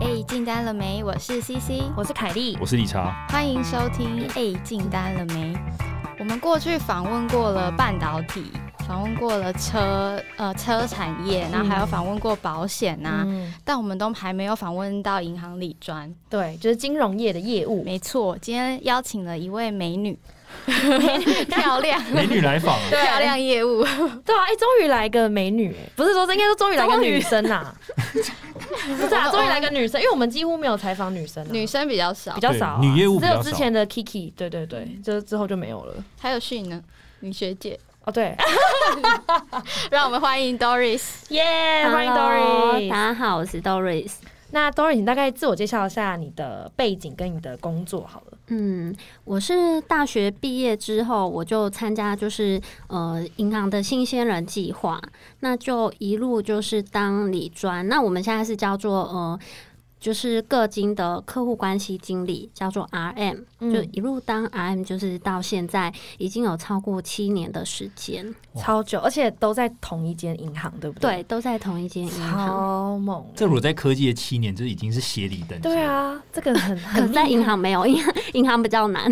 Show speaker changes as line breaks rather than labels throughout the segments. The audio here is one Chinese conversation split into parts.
哎，进单了没？我是 CC，
我是凯莉，
我是理查。
欢迎收听。哎，进单了没？我们过去访问过了半导体，访问过了车呃车产业，然后还有访问过保险呐、
嗯，
但我们都还没有访问到银行理专。
对，就是金融业的业务，
没错，今天邀请了一位美 女，漂亮，
美女来访，
对
漂亮业务。
对啊，哎、终于来个美女、哎不是说这应该说终于来个女生啦、 不是啊，终于来个女生，因为我们几乎没有采访女生啊、
女生比较少
比，较少啊、
对女业务比
只
较
有
少
之前的 Kiki，对对对，就是之后就没有了。
还有旭呢，女学姐。
哦， 对，
让我们欢迎 Doris。
耶、欢迎
Hello，
Dory。
大家好，我是 Doris。
那 Dory，你大概自我介绍一下你的背景跟你的工作好了。
嗯，我是大学毕业之后，我就参加就是呃银行的新鲜人计划，那就一路就是当理专。那我们现在是叫做呃，就是各金的客户关系经理，叫做 RM，、就
嗯，
一路当 RM，就是到现在已经有超过七年的时间，
超久，而且都在同一间银行，对不
对，
对？
都在同一间银行。
超猛。
这如果在科技的七年，这已经是协理等级。
对，啊，这个很
可是
很
在银行没有，银行银行比较 难。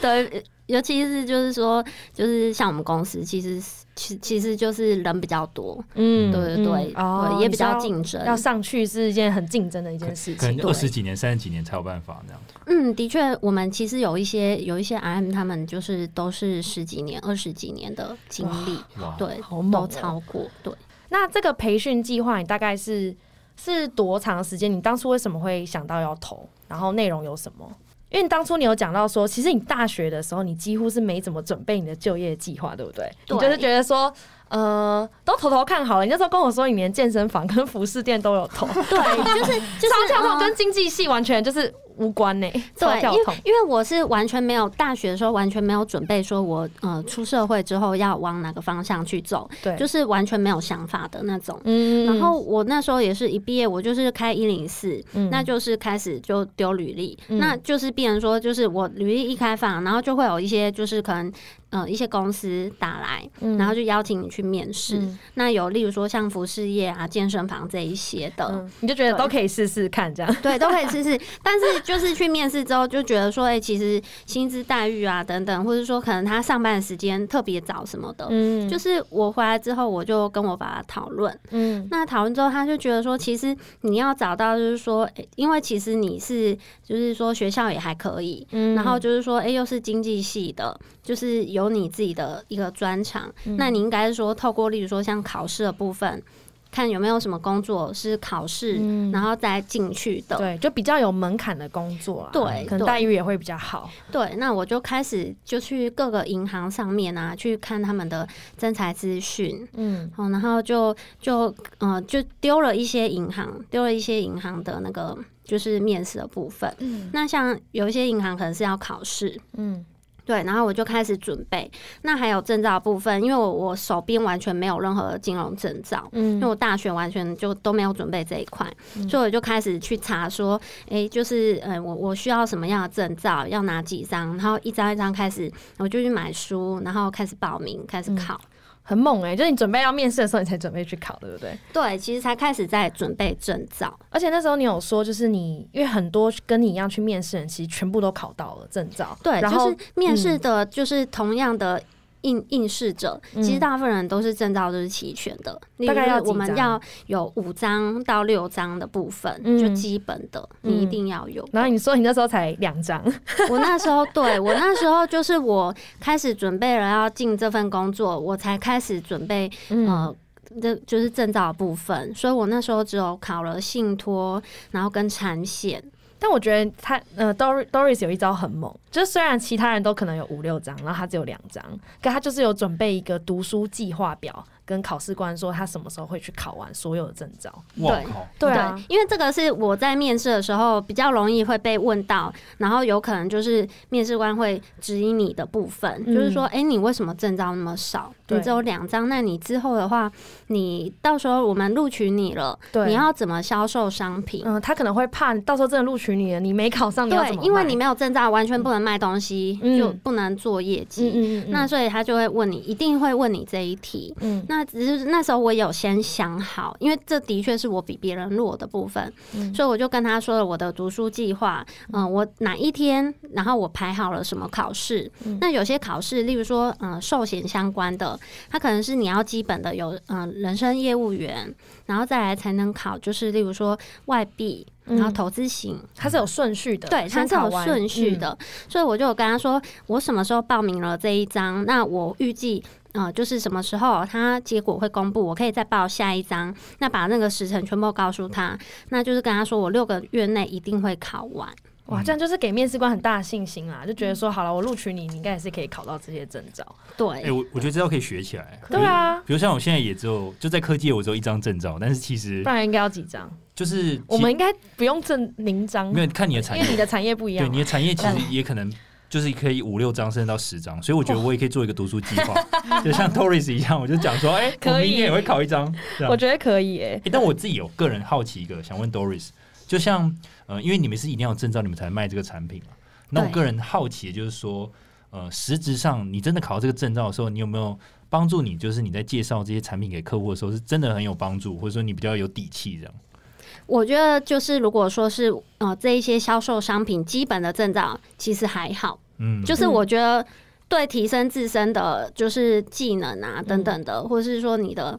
对，尤其是就是说，就是像我们公司，其实其其实就是人比较多，
嗯
对对对，
嗯哦
对也比
你
较
知道
竞争。
要上去是一件很竞争的一件事
可
情，
能
对
二十几年、三十几年才有办法这样。
嗯，的确，我们其实有一些有一些 RM 他们就是都是十几年、二十几年的经历，
哇，
对，
好猛哦
都超过。对，
那这个培训计划，你大概是是多长时间？你当初为什么会想到要投？然后内容有什么？因为你当初你有讲到说，其实你大学的时候，你几乎是没怎么准备你的就业计划，对不对？
对
你就是觉得说，呃，都投投看好了。你那时候跟我说，你连健身房跟服饰店都有投，
对， 就是就是
哎超跳痛，
嗯
跟经济系完全就是无关呢、超
对，
跳
因
痛
为。因为我是完全没有大学的时候完全没有准备，说我呃出社会之后要往哪个方向去走，
对
就是完全没有想法的那种。
嗯
然后我那时候也是一毕业，我就是开一零四，
嗯
那就是开始就丢履历，
嗯
那就是变成说，就是我履历一开放，然后就会有一些就是可能呃一些公司打来，
嗯
然后就邀请你去面试。
嗯
那有例如说像服饰业啊、健身房这一些的，
嗯，你就觉得都可以试试看，这样。
对，都可以试试。但是就是去面试之后，就觉得说，哎、其实薪资待遇啊等等，或者说可能他上班的时间特别早什么的。
嗯
就是我回来之后，我就跟我爸爸讨论，
嗯
那讨论之后，他就觉得说，其实你要找到就是说，诶因为其实你是就是说学校也还可以，
嗯
然后就是说，哎、又是经济系的，就是有你自己的一个专长，
嗯
那你应该是说透过例如说像考试的部分，看有没有什么工作是考试，
嗯
然后再进去 的。
对，就比较有门槛的工作啦，
对
可能
对
待遇也会比较好。
对，那我就开始就去各个银行上面啊，去看他们的征才资讯，
嗯
哦，然后就就呃就丢了一些银行，丢了一些银行的那个就是面试的部分。
嗯，
那像有一些银行可能是要考试，
嗯
对，然后我就开始准备。那还有证照的部分，因为我我手边完全没有任何金融证照。因为
嗯
我大学完全就都没有准备这一块，所以我就开始去查说，诶、就是呃，我我需要什么样的证照，要拿几张，然后一张一张开始，我就去买书，然后开始报名，开始
嗯
考。
很猛哎、就是你准备要面试的时候，你才准备去考，对不对？
对，其实才开始在准备证照。
而且那时候你有说，就是你因为很多跟你一样去面试的人，其实全部都考到了证照，
对，
然
就
后嗯
是面试的，就是同样的应应试者，其
嗯
实大部分人都是证照都是齐全的。例
大概
如
要
我
几
们
张
要有五张到六张的部分，就
嗯
基本的你一
嗯
定要有的。
然后你说你那时候才两张，
我那时候对我那时候就是我开始准备了要进这份工作，我才开始准备
嗯
呃。这就是证照的部分，所以我那时候只有考了信托，然后跟产险，
但我觉得他呃，Doris Doris 有一招很猛，就是虽然其他人都可能有五六张，然后他只有两张，可他就是有准备一个读书计划表，跟考试官说他什么时候会去考完所有的证照。
哇靠！
对啊，
因为这个是我在面试的时候比较容易会被问到，然后有可能就是面试官会质疑你的部分，
嗯
就是说，哎、你为什么证照那么少？
对
你只有两张，那你之后的话，你到时候我们录取你了，
对，
你要怎么销售商品？
嗯，他可能会怕到时候真的录取你了，你没考上，你嗯要
对
怎，么
因为
卖
你没有证照，完全不能卖东西，
嗯
就不能做业绩。
嗯嗯嗯，
那所以他就会问你，一定会问你这一题。
嗯
那只是那时候我有先想好，因为这的确是我比别人弱的部分，
嗯
所以我就跟他说了我的读书计划，嗯、我哪一天，然后我排好了什么考试。
嗯
那有些考试，例如说，嗯、寿险相关的，它可能是你要基本的有，嗯、人身业务员，然后再来才能考，就是例如说外币，然后
嗯
投资型，
它是有顺序的，
对，它
先
是
考
有
完嗯
顺序，的，所以我就有跟他说，我什么时候报名了这一张，那我预计。呃，就是什么时候他结果会公布，我可以再报下一张，那把那个时辰全部告诉他，那就是跟他说我六个月内一定会考完。
嗯哇，这样就是给面试官很大的信心啦，就
嗯
觉得说好了，我录取你，你应该也是可以考到这些证照，
对，
哎、我我觉得这招可以学起来。
对啊，
比如像我现在也只有就在科技，我只有一张证照，但是其实
不然应该要几张？
就是嗯其
我们应该不用证零张，
没
因
有看你的产
为你
业，
的产业不一样嗯
对
嘛，
你的产业其实也可能。就是可以五六张甚至到十张，所以我觉得我也可以做一个读书计划， 就像 Torres 一样，我就讲说，哎、
可以
我明年也会考一张。这样
我觉得可以诶、
欸但我自己有个人好奇一个，想问 Doris，就像呃，因为你们是一定要有证照，你们才卖这个产品嘛。那我
对
个人好奇的就是说，呃，实质上你真的考到这个证照的时候，你有没有帮助你？就是你在介绍这些产品给客户的时候，是真的很有帮助，或者说你比较有底气这样？
我觉得就是如果说是呃这一些销售商品基本的证照，其实还好，
嗯，，
就是
嗯
我觉得对提升自身的就是技能啊等等的，
嗯
或是说你的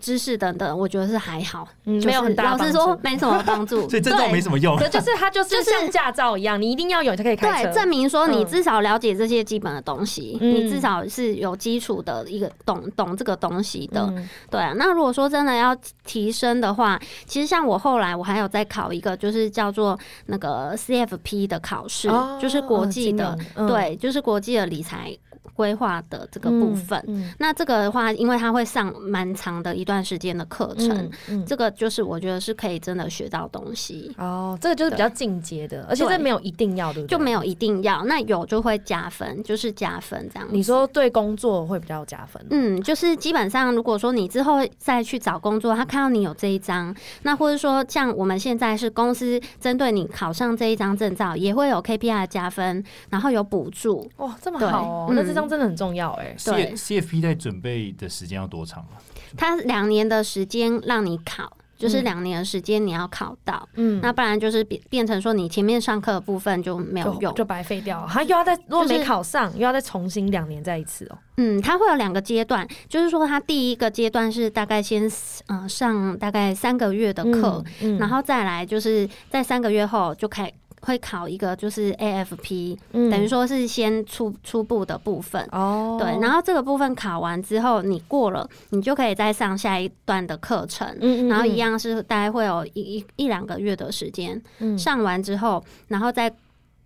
知识等等，我觉得是还好，
嗯
就是
没有很大的
老
帮
实
助
说没什么帮助
所以证照
对
没什么用
可。 就是它就是
就是
像驾照一样，你一定要有你才可以开
对，
车。
证明说你
嗯
至少了解这些基本的东西，
嗯
你至少是有基础的一个懂懂这个东西的。
嗯
对啊，那如果说真的要提升的话，其实像我后来我还有在考一个，就是叫做那个 CFP 的考试，
哦
就是国际的，
嗯金融嗯
对，就是国际的理财规划的这个部分。
嗯
那这个的话，因为它会上蛮长的一段时间的课程，
嗯
这个就是我觉得是可以真的学到东西，
哦，这个就是比较进阶的，而且这
对
没有一定要，对不对？
就没有一定要，那有就会加分，就是加分这样子。
你说对工作会比较有加分哦，
嗯，就是基本上，如果说你之后再去找工作，他看到你有这一张，那或者说像我们现在是公司针对你考上这一张证照，也会有 KPI 的加分，然后有补助。
哇，这么
对
好哦，
嗯
那这张真的很重要哎。
对
C F P 在准备的时间要多长啊？
他两年的时间让你考，就是两年的时间你要考到，
嗯，
那不然就是变变成说你前面上课的部分就没有
就
用。
就白费掉了，啊他又要再如果
就是
没考上，又要再重新两年再一次哦。
嗯，它会有两个阶段，就是说它第一个阶段是大概先嗯、呃上大概三个月的课，
嗯，嗯
然后再来就是在三个月后就开会考一个就是 AFP，、等于
嗯
说是先初初步的部分。
哦，
对，然后这个部分考完之后，你过了，你就可以再上下一段的课程，
嗯
然后一，样是大概会有一一一两个月的时间。
嗯嗯
上完之后，然后再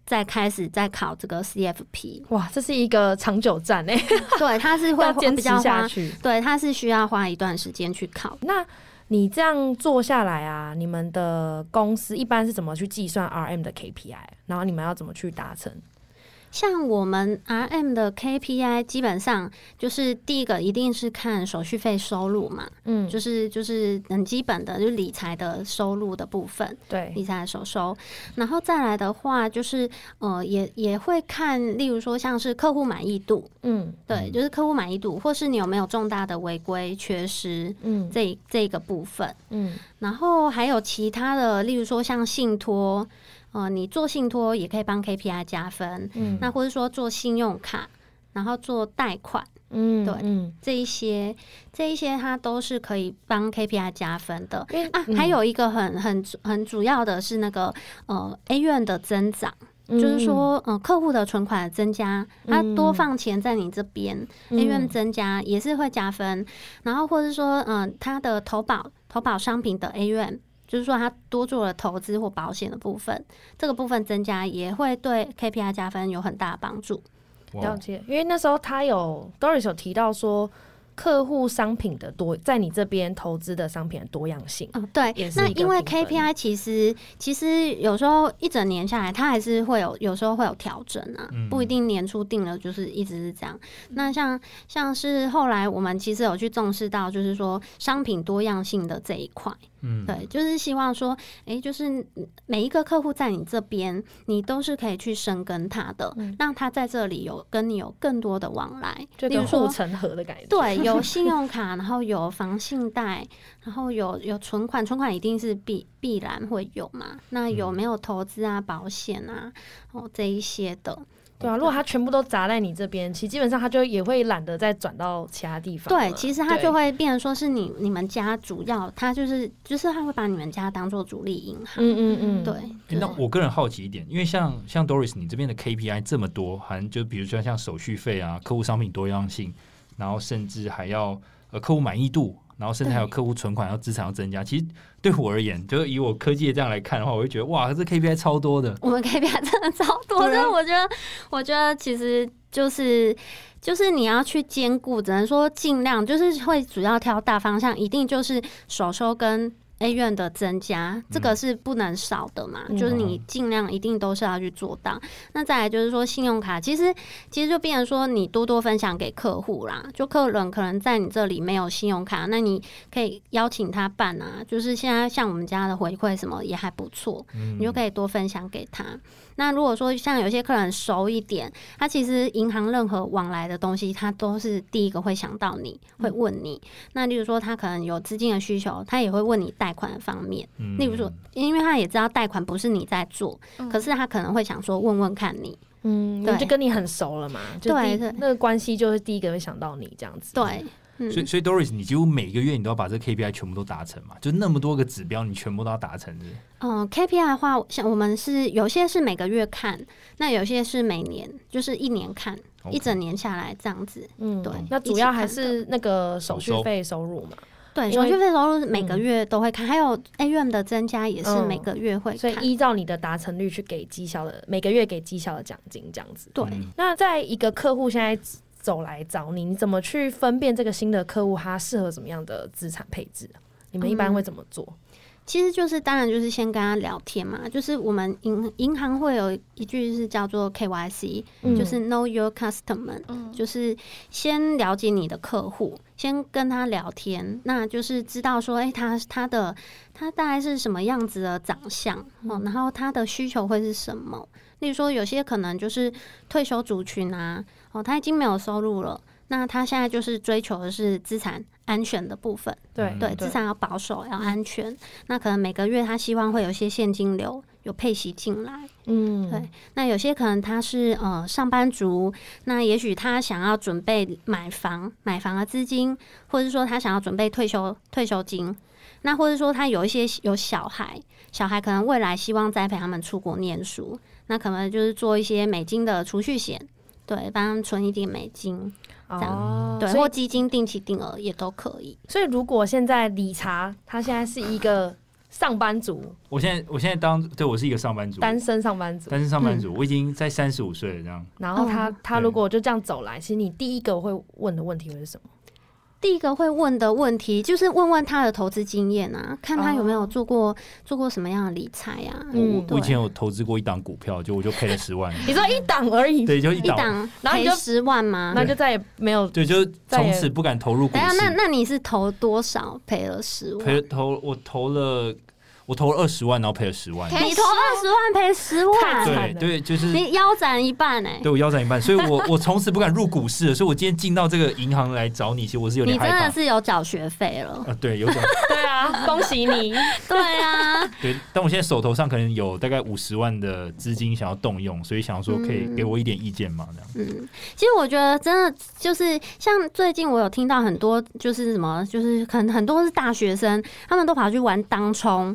再开始再考这个 CFP，
哇，这是一个长久战哎，
对，它是 会
要
花
坚
比
持
较
下
花，
去。
对，它是需要花一段时间去考。
那你这样做下来啊，你们的公司一般是怎么去计算 RM 的 KPI？然后你们要怎么去达成？
像我们 RM 的 KPI 基本上就是第一个一定是看手续费收入嘛，
嗯
就是就是很基本的，就是理财的收入的部分，
对，
理财的收收。然后再来的话，就是呃也也会看，例如说像是客户满意度，
嗯
对，就是客户满意度，或是你有没有重大的违规缺失
嗯
这这个部分。
嗯
然后还有其他的，例如说像信托，呃，你做信托也可以帮 KPI 加分，
嗯
那或者说做信用卡，然后做贷款
嗯
对
嗯，
这一些，这一些它都是可以帮 KPI 加分的。
因为
啊，
嗯
还有一个很很主很主要的是那个呃 A 院的增长，就是说呃客户的存款的增加，他多
嗯
放钱在你这边，
嗯
A 院增加也是会加分，然后或者说，嗯、它的投保投保商品的 A 院，就是说它多做了投资或保险的部分，这个部分增加也会对 KPI 加分有很大的帮助。
哇
了解，因为那时候他有 Doris 有提到说，客户商品的多，在你这边投资的商品的多样性。
嗯，对
也，是
那
一个
因为
评分
KPI 其实其实有时候一整年下来，它还是会有有时候会有调整啊，
嗯
不一定年初定了就是一直是这样。那像像是后来我们其实有去重视到，就是说商品多样性的这一块，
嗯，
对，就是希望说，诶，就是每一个客户在你这边，你都是可以去深耕他的，
嗯
让他在这里有跟你有更多的往来，
就
例
跟
如
护
说。
城河的感觉，
对， 有信用卡，然后有房信贷，然后有有存款，存款一定是必必然会有嘛。那有
嗯
没有投资啊、保险啊，哦这一些的？
对啊，如果他全部都砸在你这边，其实基本上他就也会懒得再转到其他地方嘛。
对，其实它就
对，
会变成说是你你们家主要，它就是就是他会把你们家当做主力银行。
嗯嗯嗯，
对，啊
诶那我个人好奇一点，因为像像 Doris 你这边的 KPI 这么多，含就比如说像手续费
嗯
啊、客户商品多样性，然后甚至还要呃客户满意度，然后甚至还有
对
客户存款要资产要增加。其实对我而言，就是以我科技的这样来看的话，我会觉得哇，这 KPI 超多的。
我们 KPI 真的超多，
对啊
但我觉得，我觉得其实就是就是你要去兼顾，只能说尽量就是会主要挑大方向，一定就是首收跟 A 院的增加，这个是不能少的嘛，
嗯
就是你尽量一定都是要去做到。那再来就是说信用卡，其实其实就变成说你多多分享给客户啦，就客人可能在你这里没有信用卡，那你可以邀请他办啊，就是现在像我们家的回馈什么也还不错，
嗯
你就可以多分享给他。那如果说像有些客人熟一点，他其实银行任何往来的东西，他都是第一个会想到你，会
嗯
问你。那例如说他可能有资金的需求，他也会问你贷款的方面。
嗯
例如说，因为他也知道贷款不是你在做，
嗯
可是他可能会想说问问看你。
嗯，你
对
就跟你很熟了嘛，就
对
第
对
那个关系就是第一个会想到你这样子。
对，嗯，
所以所以 Doris，你几乎每个月你都要把这 KPI 全部都达成嘛？就那么多个指标，你全部都要达成是不是
嗯，KPI 的话，像我们是有些是每个月看，那有些是每年，就是一年看
OK
一整年下来这样子。
嗯，
对
那主要还是那个手
手
续
收
费收入嘛，
对，
因
手
为
续费收入是每个月都会看，还有 A M 的增加也是
嗯
每个月会
所
看。
以依照你的达成率去给绩效的每个月给绩效的奖金这样子。
对，
嗯
那在一个客户现在走来找你，你怎么去分辨这个新的客户他适合什么样的资产配置啊？你们一般会怎么做？
其实就是当然就是先跟他聊天嘛，就是我们银银行会有一句是叫做 K Y C，、
嗯
就是 Know Your Customer，
嗯，
就是先了解你的客户，先跟他聊天，那就是知道说，哎、他他的他大概是什么样子的长相哦，然后他的需求会是什么？例如说，有些可能就是退休族群啊，哦，他已经没有收入了，那他现在就是追求的是资产安全的部分，
嗯对
对，资产要保守，要安全。那可能每个月他希望会有一些现金流，有配息进来。
嗯
对那有些可能他是呃上班族，那也许他想要准备买房，买房的资金，或者说他想要准备退休退休金，那或者说他有一些有小孩，小孩可能未来希望栽培他们出国念书，那可能就是做一些美金的储蓄险，对，帮他们存一点美金，
哦，
对，
所
或
以
基金定期定额也都可以。
所以如果现在理查他现在是一个上班族，
我现在我现在当对我是一个上班族，
单身上班族，
单身上班族，我已经在三十五岁了这样。
然后他、
嗯
他
对
如果就这样走来，其实你第一个会问的问题会是什么？
第一个会问的问题就是问问他的投资经验啊，看他有没
哦
有做过、做过什么样的理财啊。
嗯
我以前
对，
有投资过一档股票，就我就赔了十万，
你说一档而已，
对，就一
一
档，
档
然后你
赔
就
十万吗？
那就再也没有
对，就
再也
从此不敢投入股
等一下，哎那
市。
那你是投多少？赔了十万
赔，投我投了我投了二十万，然后赔了十万，
你投二十万赔十万，
惨
对
了
对，就是
你腰斩一半哎、
对我腰斩一半，所以我我从此不敢入股市了。所以我今天进到这个银行来找你，其实我是有
你
点害
真的
怕。
是有缴学费了。
啊，对，有点
对啊，恭喜你，
对啊，
对，但我现在手头上可能有大概五十万的资金想要动用，所以想说可以
嗯
给我一点意见嘛，这样。
嗯，其实我觉得真的就是像最近我有听到很多就是什么，就是可能很多是大学生，他们都跑去玩当冲，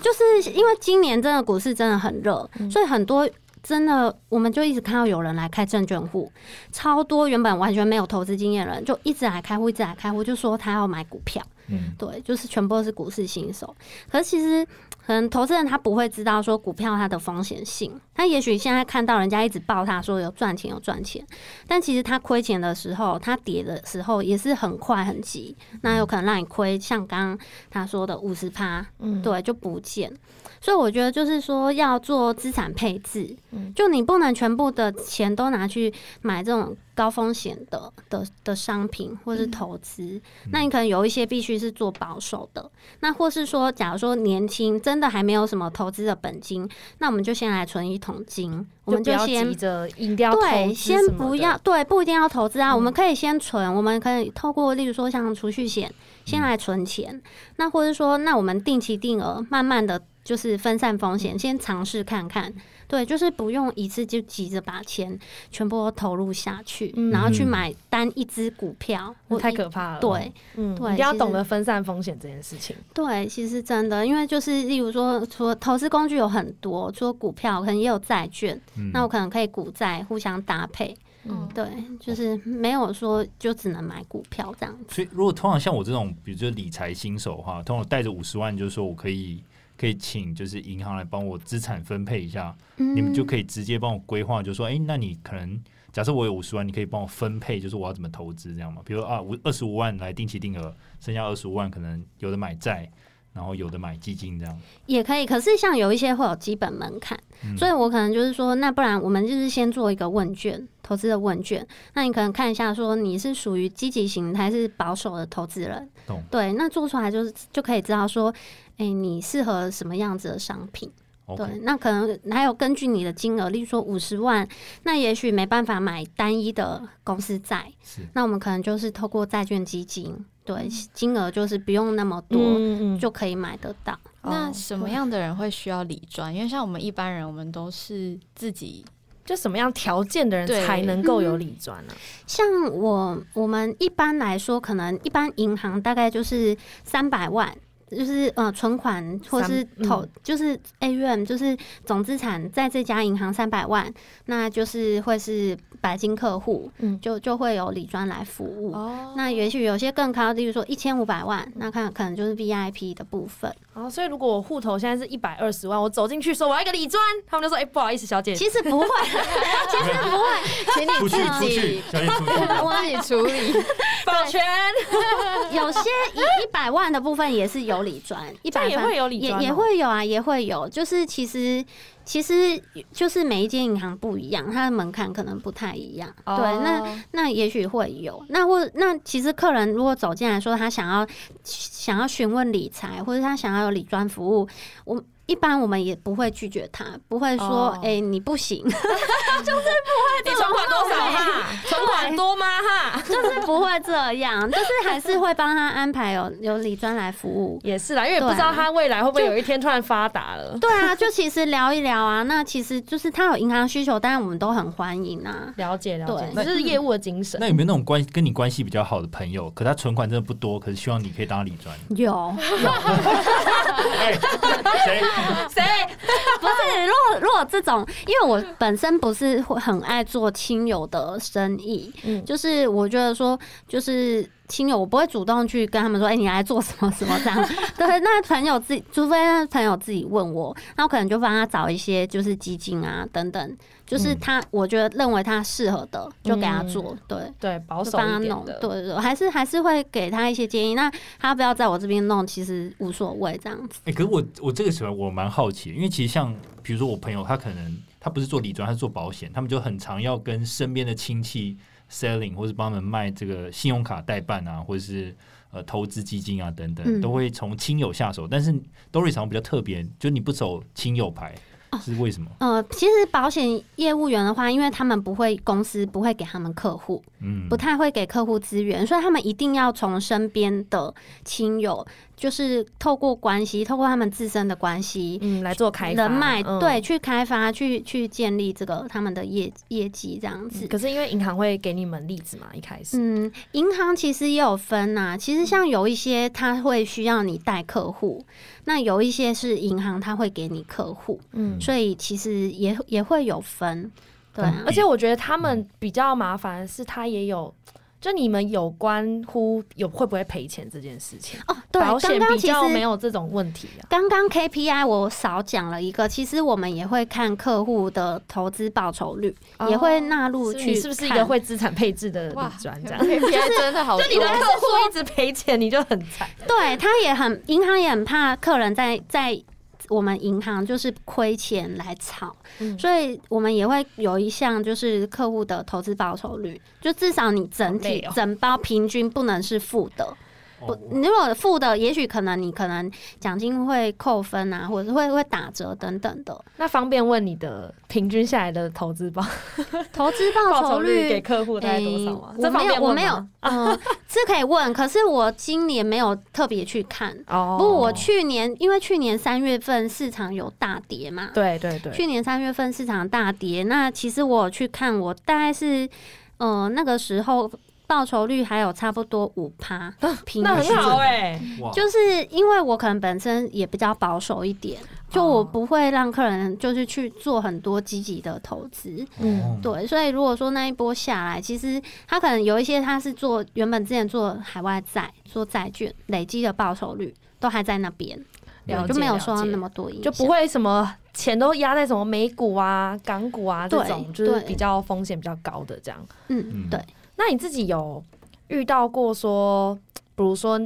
就是因为今年真的股市真的很热，所以很多。真的，我们就一直看到有人来开证券户，超多原本完全没有投资经验的人就一直来开户，一直来开户，就说他要买股票，
嗯，
对，就是全部都是股市新手。可是其实，可能投资人他不会知道说股票它的风险性。他也许现在看到人家一直报他说有赚钱有赚钱，但其实他亏钱的时候，他跌的时候也是很快很急，那有可能让你亏，像刚刚他说的五十趴，
嗯，
对，就不见。所以我觉得就是说要做资产配置，
嗯
就你不能全部的钱都拿去买这种高风险的的的商品或
嗯
是投资，那你可能有一些必须是做保守的，那或是说，假如说年轻真的还没有什么投资的本金，那我们就先来存一桶金，我们
就不要
先
急着一定要投
对，
资
先
什么
不
的
要，对，不一定要投资啊，
嗯
我们可以先存，我们可以透过例如说像储蓄险，先
嗯
来存钱，那或者说，那我们定期定额，慢慢的就是分散风
嗯
险，先尝试看看。对，就是不用一次就急着把钱全部都投入下去，
嗯
然后去买单一只股票，
那
我
太可怕了。
对，
嗯，
对
一定要
其实
懂得分散风险这件事情。
对，其实真的，因为就是例如说，说投资工具有很多，除了股票，可能也有债券，
嗯
那我可能可以股债互相搭配。
嗯
对，就是没有说就只能买股票这样子。
所以，如果通常像我这种，比如说理财新手的话，通常带着五十万，就是说我可以可以请就是银行来帮我资产分配一下，
嗯
你们就可以直接帮我规划，就说，哎、那你可能假设我有五十万，你可以帮我分配，就是我要怎么投资这样嘛？比如啊，五二十五万来定期定额，剩下二十五万可能有的买债，然后有的买基金这样。
也可以，可是像有一些会有基本门槛，
嗯
所以我可能就是说，那不然我们就是先做一个问卷，投资的问卷。那你可能看一下，说你是属于积极型还是保守的投资人
懂？
对，那做出来就是就可以知道说，哎、你适合什么样子的商品。
OK，
对，那可能还有根据你的金额，例如说五十万，那也许没办法买单一的公司债，
是
那我们可能就是透过债券基金，对，金额就是不用那么多、
嗯嗯嗯
就可以买得到。
哦
那什么样的人会需要理专？因为像我们一般人，我们都是自己
就什么样条件的人
对
才能够有理专啊 呢、
像我我们一般来说，可能一般银行大概就是三百万。就是呃，存款或是
三
投，
嗯
就是 AUM，就是总资产在这家银行三百万，那就是会是白金客户，
嗯
就就会有理专来服 务。
哦
那也许有些更高，例如说一千五百万，那看可能就是 VIP 的部分。
哦，所以如果我户头现在是一百二十万，我走进去说我要一个理专，他们就说：“哎、不好意思，小姐，
其实不会，其实不会，
请
出
你
去出
自
去，
己
小姐出去。
啊
我自己处理。
保全
有些 一一百万的部分也是有理专，一
这
百
样也会有理
也
专、哦
也。会有啊，也会有。就是其实其实就是每一间银行不一样，它的门槛可能不太一样。
哦
对，那那也许会有。那或那其实客人如果走进来说他想要想要询问理财，或者他想要有理专服务，我。一般我们也不会拒绝他，不会说
哦
哎、你不行，
你存款多少哈？ 存款多吗哈？
就是不会这样，就是还是会帮他安排有有理专来服务。
也是啦，因为
对
不知道他未来会不会有一天突然发达了。
对啊，就其实聊一聊啊，那其实就是他有银行需求，当然我们都很欢迎啊。
了解了解，
对
这是业务的精神。
那有没有那种关跟你关系比较好的朋友，可他存款真的不多，可是希望你可以当他理专？
有，
哎，谁？
谁？
不是，如果如果这种，因为我本身不是会很爱做亲友的生意，
嗯，
就是我觉得说，就是亲友，我不会主动去跟他们说，哎、你来做什么什么这样。 对，那朋友自己，除非那朋友自己问我，那我可能就帮他找一些就是基金啊等等，就是
嗯
他、我觉得认为他适合的，就给他
嗯
做。对，
对，保
就
守
帮他
一
弄
点，
对
的。
对对，还是还是会给他一些建议。那他不要在我这边弄，其实无所谓这样子。
哎、可是我我这个时候我蛮好奇的，因为其实像比如说我朋友，他可能他不是做理专，他是做保险，他们就很常要跟身边的亲戚 selling，或是帮他们卖这个信用卡代办啊，或者是呃投资基金啊等等，
嗯
都会从亲友下手。但是 Doris 好像比较特别，就你不走亲友牌，是为什么？
呃，其实保险业务员的话，因为他们不会公司不会给他们客户，
嗯，
不太会给客户资源，所以他们一定要从身边的亲友，就是透过关系，透过他们自身的关系。
嗯，来做开发
人脉、
嗯
对，去开发，去去建立这个他们的业业绩这样子。
可是因为银行会给你们例子嘛，一开始，
嗯，银行其实也有分呐、其实像有一些它会需要你带客户，那有一些是银行它会给你客户，
嗯
所以其实也也会有分。对啊，
嗯而且我觉得他们比较麻烦的是，他也有就你们有关乎有会不会赔钱这件事情，
哦，对，
保险
刚刚
比
其实
较没有这种问题啊。
刚刚 KPI 我少讲了一个，其实我们也会看客户的投资报酬率，也会纳入
哦是
去
你是不是一个
看
会资产配置的理专家？
，KPI 真的好多，
就你的客户一直赔钱，你就很惨。
对，他也很，银行也很怕客人在在我们银行就是亏钱来炒，
嗯
所以我们也会有一项就是客户的投资报酬率，就至少你整
好累
体、
哦
整包平均不能是负的。不
哦，
你如果负的，也许可能你可能奖金会扣分啊，或者是会会打折等等的。
那方便问你的平均下来的投资报
投资报
报
酬
酬率给
率
客户大概多少吗？
诶
这
我
方
没
便
有，我
问
没有
吗，
嗯、 是可以问，可是我今年没有特别去看。
哦，
不，我去年因为去年三月份市场有大跌嘛，
对对对，
去年三月份市场大跌，那其实我有去看，我大概是呃那个时候报酬率还有差不多五趴，平
啊那很
均。
好哎，
哇，哦
就是因为我可能本身也比较保守一点，
哦
就我不会让客人就是去做很多积极的投资，
嗯
哦，
对，所以如果说那一波下来，其实他可能有一些他是做原本之前做海外债、做债券累积的报酬率都还在那边，
了解
就没有受到
了解
那么多影响，
就不会什么钱都压在什么美股啊、港股啊这
对
种，就是
对
比较风险比较高的这样。
嗯
嗯
对。
那你自己有遇到过说，比如说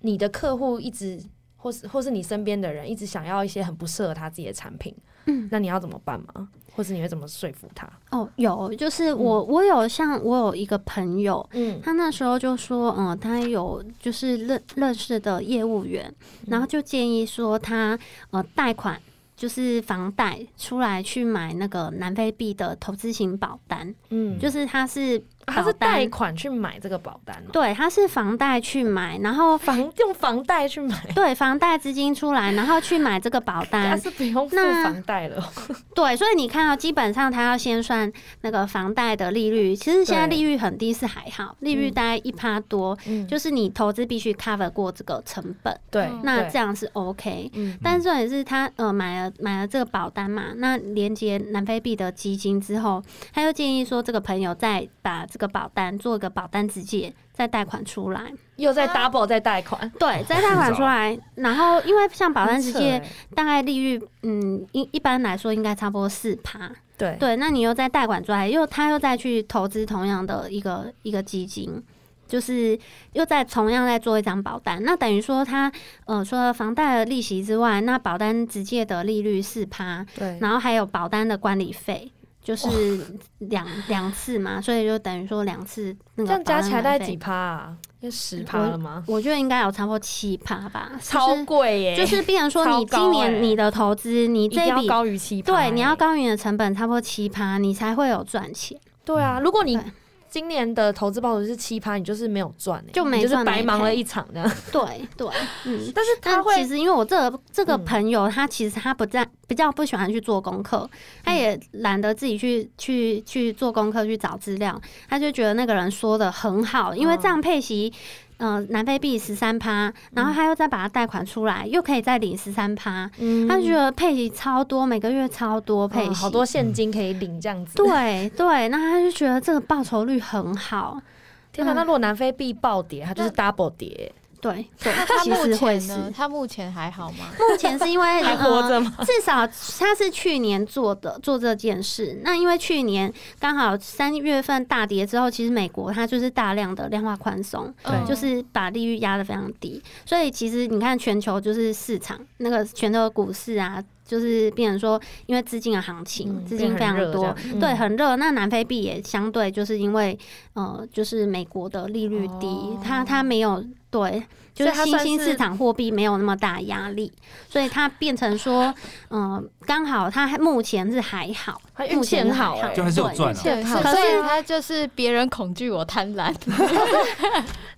你的客户一直，或是或是你身边的人一直想要一些很不适合他自己的产品，
嗯
那你要怎么办吗？或是你会怎么说服他？
哦，有，就是我、我有像我有一个朋友，
嗯，
他那时候就说，嗯、他有就是认认识的业务员，
嗯
然后就建议说他呃贷款。就是房贷出来去买那个南非币的投资型保单，
嗯啊
就是是他是
他是
保单
贷款去买这个保单吗？
对，他是房贷去买，然 后
房用房贷去买，
对房贷资金出来，然后去买这个保
他
单，
是不用付
啊那
房贷哦了。
对，所以你看到、基本上他要先算那个房贷的利率，其实现在
对
利率很低是还好，利率大概一趴多，
嗯，
就是你投资必须 cover 过这个成本，
对，
那
对
这，样是 OK。
嗯
但重点是他呃买了买了这个保单嘛，那连接南非币的基金之后，他又建议说这个朋友再把这个保单做一个保单直接再贷款出来，
又在
啊
double 在贷款，
对，再贷款出来，然后因为像保单直接
很扯欸
大概利率，嗯，一一般来说应该差不多四趴，
对
对，那你又再贷款出来，又他又再去投资同样的一个一个基金，就是又再同样再做一张保单，那等于说他呃除了房贷的利息之外，那保单直接的利率四趴，
对
然后还有保单的管理费。就是两两次嘛，所以就等于说两次那
这
个
样加
保单
起来大概
管理
几
费？
趴啊？要十趴了吗？
我觉得应该有超过七趴吧，就是
超贵耶！
就是变成说，你
超高
今
欸
年你的投资，你
一定
这
要
笔
高于七趴欸，
对你要高于你的成本差不多七趴，你才会有赚钱。
对啊。如果你
嗯对
今年的投资报酬是七趴，你就是没有赚欸，
就没
你就是
赚
白
没
忙
赔
了一场 这样。
对对，嗯。
但是他
但
会
其实，因为我这个这个
嗯
朋友，他其实他不在，比较不喜欢去做功课，他
嗯
也懒得自己去去去做功课去找资料，他就觉得那个人说的很好，因
嗯
为这样配息，呃，南非币十三趴，然后他又再把它贷款出来，又可以再领十三趴，
嗯
他就觉得配息超多，每个月超多配息，
嗯好多现金可以领这样子。
对啊对，那他就觉得这个报酬率很好，
天哪！
嗯
那如果南非币暴跌，它就是 double 跌，
对对
那，他
其实
目
会
前
是。
呢？他目前还好吗？
目前是因 为
还活着吗？
呃至少他是去年做的做这件事。那因为去年刚好三月份大跌之后，其实美国它就是大量的量化宽松，
对
嗯
就是把利率压得非常低，所以其实你看全球就是市场那个全球的股市啊，就是变成说因为资金的行情，
嗯
资金非常多，，
变很热这
对，
样嗯
很热。那南非币也相对就是因为呃，就是美国的利率低，
哦
它它没有对，
所
就
以
是
它
新
算
兴
是
市场货币没有那么大压力，所以它变成说，嗯、刚好它还目前是还好，
它运
目
气
前
很
是
好欸
就还是有
对
赚啊
对，
好
可
可
是
是
他就是别人恐惧我贪婪，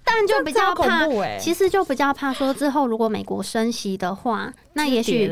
但就
嗯
比
这样
较
恐
怕。
怖哎，
其
实
实就比较怕说之后如果美国升息的话，那也许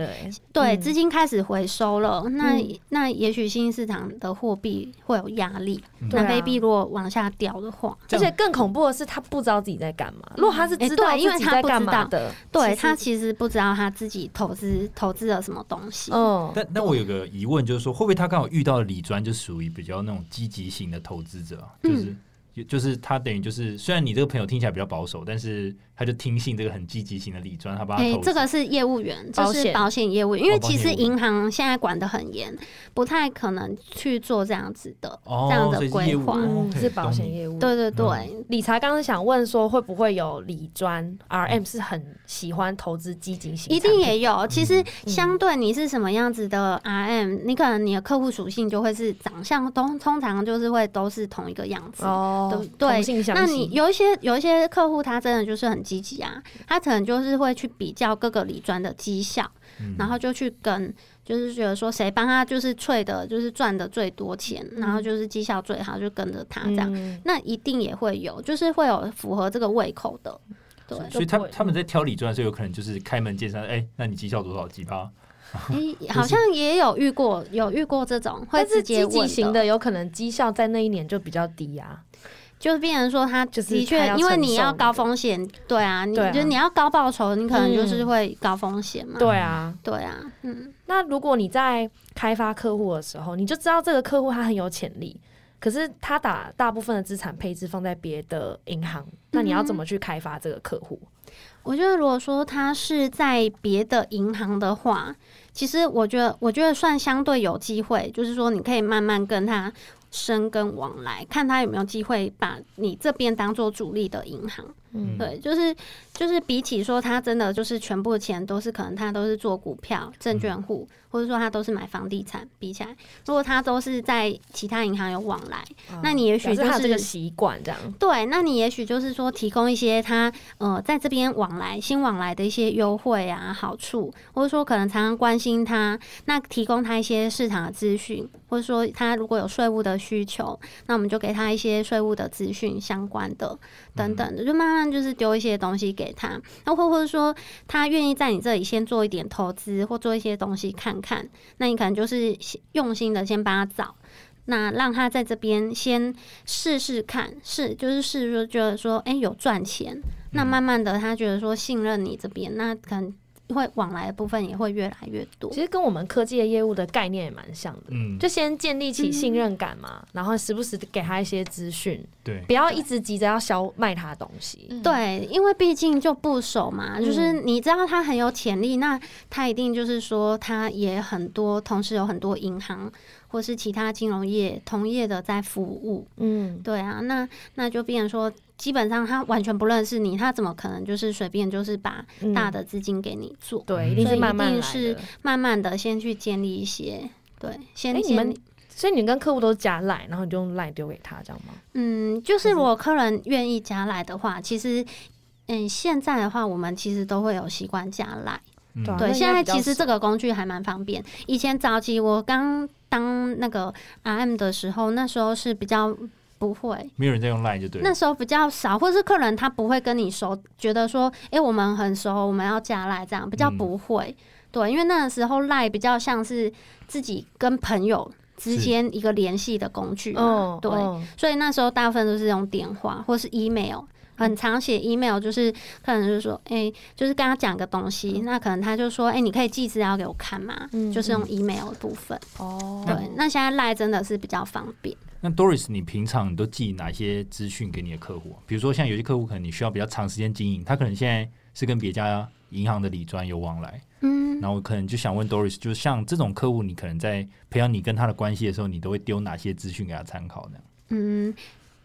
对
嗯
资金开始回收了，那
嗯
那也许新兴市场的货币会有压力。
嗯
对
南
啊
非币如果往下掉的话，
而且更恐怖的是，他不知道自己在干嘛。如果他是
哎
知道
对因为
自己
他
在
不
干
知
嘛
道
的，
对
其实
他其实不知道他自己投资投资了什么东西。
嗯，
但但我有个
嗯
疑问，就是说，会不会他刚好遇到的理专就属于比较那种积极型的投资者啊，就是也就是他等于就是，虽然你这个朋友听起来比较保守，但是他就听信这个很积极型的理专，他把他
哎、
投资
这个是业务员，这
保
是
险
保险业务员，因为
哦保
其
险
实
业务员
银行现在管得很严，不太可能去做这样子的。
哦，
这样的
所以是
规
业务
划
哦
嗯，
，OK，
是保
懂
险
你
业务。
对对对，
嗯
理查刚刚想问说，会不会有理专 RM 是很喜欢投资基金型？
一定也有。其
嗯
实相对你是什么样子的 RM，、你可能你的客户属性就会是长相通，通常就是会都是同一个样子。
哦
对，对
同性相吸
那你有一些有一些客户，他真的就是很积极啊，他可能就是会去比较各个理专的绩效，
嗯
然后就去跟，就是觉得说谁帮他就是脆的，就是赚的最多钱，然后就是绩效最好，就跟着他这样。
嗯
那一定也会有，就是会有符合这个胃口 的，对。
所以他
就不会
他们在挑理专的时候，有可能就是开门见山，哎、那你绩效多少几趴？
诶、好像也有遇过，有遇过这种会
但
直
是
接
积
问
极型的，有可能绩效在那一年就比较低啊。
嗯就是变成说他
就是
的
他
确，
要
因为
承
你要
受
高
那个
风险，对啊，你
对啊
就是你要高报酬，你可能就是
嗯
会高风险嘛，
对啊，
对啊，嗯，
那如果你在开发客户的时候，你就知道这个客户他很有潜力，可是他把大部分的资产配置放在别的银行，那你要怎么去开发这个客户？
我觉得如果说他是在别的银行的话，其实我觉得我觉得算相对有机会，就是说你可以慢慢跟他深耕往来，看他有没有机会把你这边当做主力的银行。
嗯
对，就是就是比起说他真的就是全部钱都是可能他都是做股票、证券户，或者说他都是买房地产，比起来，如果他都是在其他银行有往来，
嗯
那你也许
表示
就
他有这个
是
习惯这样。
对，那你也许就是说提供一些他呃在这边往来新往来的一些优惠啊、好处，或者说可能常常关心他，那提供他一些市场的资讯，或者说他如果有税务的需求，那我们就给他一些税务的资讯相关的等等的，就慢慢就是丢一些东西给他，那或或者说他愿意在你这里先做一点投资或做一些东西看看，那你可能就是先用心的先帮他找。那让他在这边先试试看，试就是试说觉得说，哎、有赚钱，那慢慢的他觉得说信任你这边，那可能会往来的部分也会越来越多
其。实跟我们科技的业务的概念也蛮像的，
嗯，
就先建立起信任感嘛，然后时不时给他一些资讯，
对，
不要一直急着要销卖他的东西。
嗯，
对，因为毕竟就不熟嘛，就是
嗯
你知道他很有潜力，那他一定就是说他也很多，同时有很多银行或是其他金融业同业的在服务，
嗯，
对啊，那那就变成说，基本上他完全不认识你，他怎么可能就是随便就是把
嗯
大的资金给你做？
对，
嗯
一定
所
是
以
慢慢来
一定
的。
是慢慢的先去建立一些，对，
哎
先
你
建
们
立。
所以你跟客户都是加赖，然后你就用赖丢给他，这样吗？
嗯，就是如果客人愿意加来的话，其实。嗯，现在的话，我们其实都会有习惯加来。
嗯
对啊
对，
那应
现
该
在
比较
其实
少
这个工具还蛮方便。以前早期我刚当那个 RM 的时候，那时候是比较不会，
没有人在用 Line 就对了
那。时候比较少，或是客人他不会跟你熟，觉得说，哎、我们很熟，我们要加赖这样，比较
嗯
不会。对，因为那个时候赖比较像是自己跟朋友之
是
间一个联系的工具嘛，对，
嗯
所以那时候大部分都是用电话或是 email。很常写 email，就是客人就说，哎、就是跟他讲个东西，那可能他就说，哎、你可以寄资料给我看嘛，
嗯
就是用 email 的部分。
哦，
对，那现在赖真的是比较方便。
那 Doris，你平常你都寄哪些资讯给你的客户啊、比如说，像有些客户可能你需要比较长时间经营，他可能现在是跟别家银行的理专有往来，
嗯，
然后我可能就想问 Doris，就像这种客户，你可能在培养你跟他的关系的时候，你都会丢哪些资讯给他参考 呢？
嗯，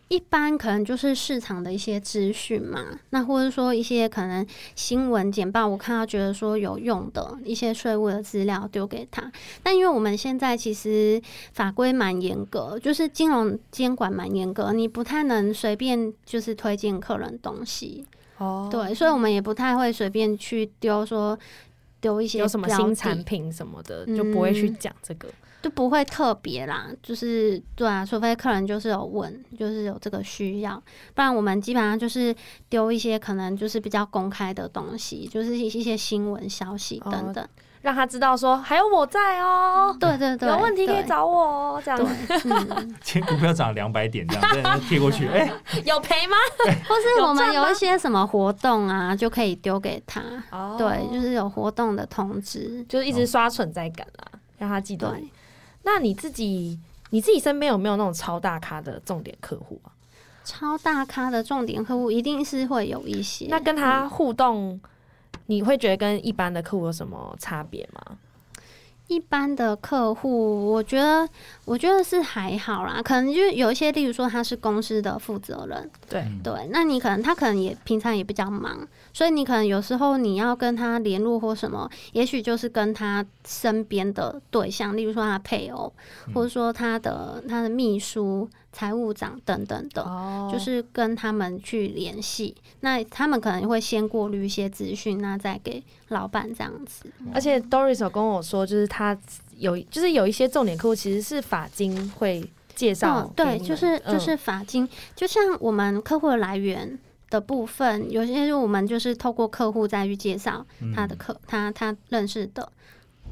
一般可能就是市场的一些资讯嘛，那或者说一些可能新闻简报，我看到觉得说有用的一些税务的资料丢给他。但因为我们现在其实法规蛮严格，就是金融监管蛮严格，你不太能随便就是推荐客人东西。
哦，
对，所以我们也不太会随便去丢说。丢一些
有什么
标
新
的嗯
产品什么的，就不会去讲这个。
就不会特别啦，就是对啊，除非客人就是有问，就是有这个需要，不然我们基本上就是丢一些可能就是比较公开的东西，就是一些新闻消息
哦
等等。
让他知道说还有我在哦，
对对嗯对，
有问题可以
对。
找我哦，这样
对，嗯，
今天股票涨了两百点，这样在那贴过去，哎、
有赔吗？
或是我
有
们
赚吗
有一些什么活动啊，就可以丢给他。
哦
对，就是有活动的通知。
就是一直刷存在感
啊
啦，让他记得你。
对，
那你自己，你自己身边有没有那种超大咖的重点客户啊？
超大咖的重点客户一定是会有一些。
那跟他互动，你会觉得跟一般的客户有什么差别吗？
一般的客户，我觉得我觉得是还好啦，可能就是有一些，例如说他是公司的负责人，
对
嗯
对，那你可能他可能也平常也比较忙，所以你可能有时候你要跟他联络或什么，也许就是跟他身边的对象，例如说他配偶，或者说他的他的秘书、财务长等等的。
哦
就是跟他们去联系，那他们可能会先过滤一些资讯，那再给老板这样子。
而且 Doris 有跟我说，就是他有，就是有一些重点客户其实是法金会介绍
嗯，
给你
对，
们、
就是就
嗯
是法金，就像我们客户的来源的部分，有些是我们就是透过客户再去介绍
嗯
他的客，他他认识的。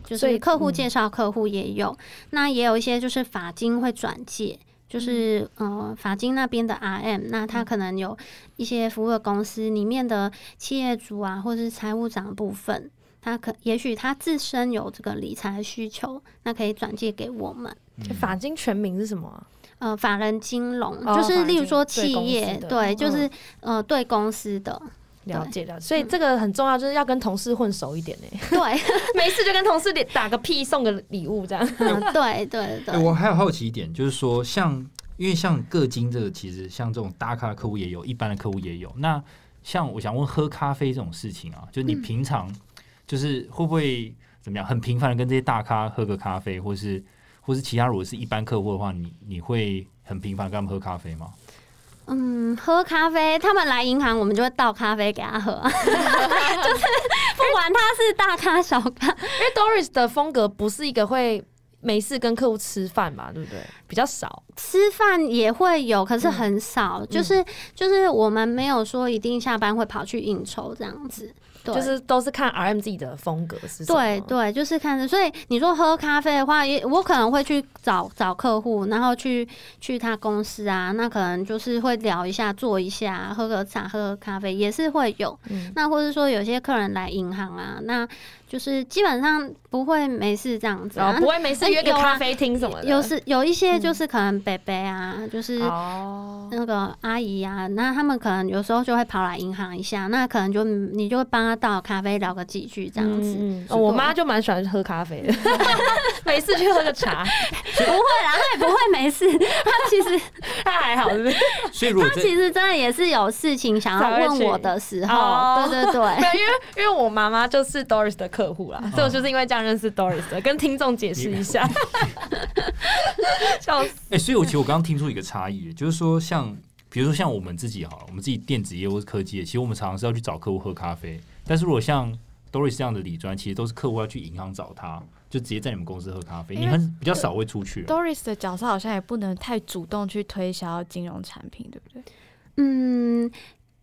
就
嗯所以
是客户
嗯
介绍客户也有，那也有一些就是法金会转介，
嗯
就是呃法金那边的 RM，那他可能有一些服务的公司里面的企业主啊，或是财务长的部分，他可也许他自身有这个理财需求，那可以转介给我们。
嗯
法金全名是什么啊、
呃，法人金融、
哦法
就是
人
例
金
如说
对
企
公司
业，
的
对，就
嗯
是、呃对公司的，
了解了解，嗯所以这个很重要，就是要跟同事混熟一点呢、欸
对，
没事就跟同事打个屁，送个礼物 这样。
嗯对对
欸我
对，
还有好奇一点，就是说像，因为像各金这个，其实像这种大咖客户也有，一般的客户也有。那像我想问，喝咖啡这种事情啊，就你平常就是会不会怎么样，很频繁的跟这些大咖喝个咖啡，或是或是其他如果是一般客户的话，你你会很频繁地跟他们喝咖啡吗？
嗯，喝咖啡，他们来银行，我们就会倒咖啡给他 喝，就是不管他是大咖小咖，
因为 Doris 的风格不是一个会没事跟客户吃饭嘛，对不对？比较少，
吃饭也会有，可
嗯
是很少，就是就是我们没有说一定下班会跑去应酬这样子，对
就。是都是看 RM 自己的风格是什么。
对对，就是看着，所以你说喝咖啡的话，也我可能会去找找客户，然后去去他公司啊，那可能就是会聊一下、坐一下、喝个茶、喝个咖啡，也是会有。
嗯
那或者说有些客人来银行啊，那就是基本上不会没事这样子、
然
啊
哦后。不会没事
哎
约个
有啊
咖啡厅什么的，嗯
有时有一些就是可能北北啊，就是
哦，
那个阿姨啊，那他们可能有时候就会跑来银行一下，那可能就你就会帮他倒咖啡聊个几句这
这
样子。
哦、我妈就蛮喜欢喝咖 啡的，每次去喝个茶，
不会啦，他也不会没事， 他其实
她还好，是不是？
所以如果
他
这
其实真的也是有事情想要问我的时
才
候，
会去
对 对
没
对。
有，因为因为我妈妈就是 Doris 的客户啦，所以我就是因为这样认识 Doris 的，跟听众解释一下， 笑死，
哎、所以我其实我刚刚听出一个差异，就是说像。比如说像我们自己好了，我们自己电子业或是科技业，其实我们常常是要去找客户喝咖啡。但是如果像 Doris 这样的理专，其实都是客户要去银行找他，就直接在你们公司喝咖啡。
因
你
为
很比较少会出去啊、
Doris 的角色好像也不能太主动去推销金融产品，对不对？
嗯，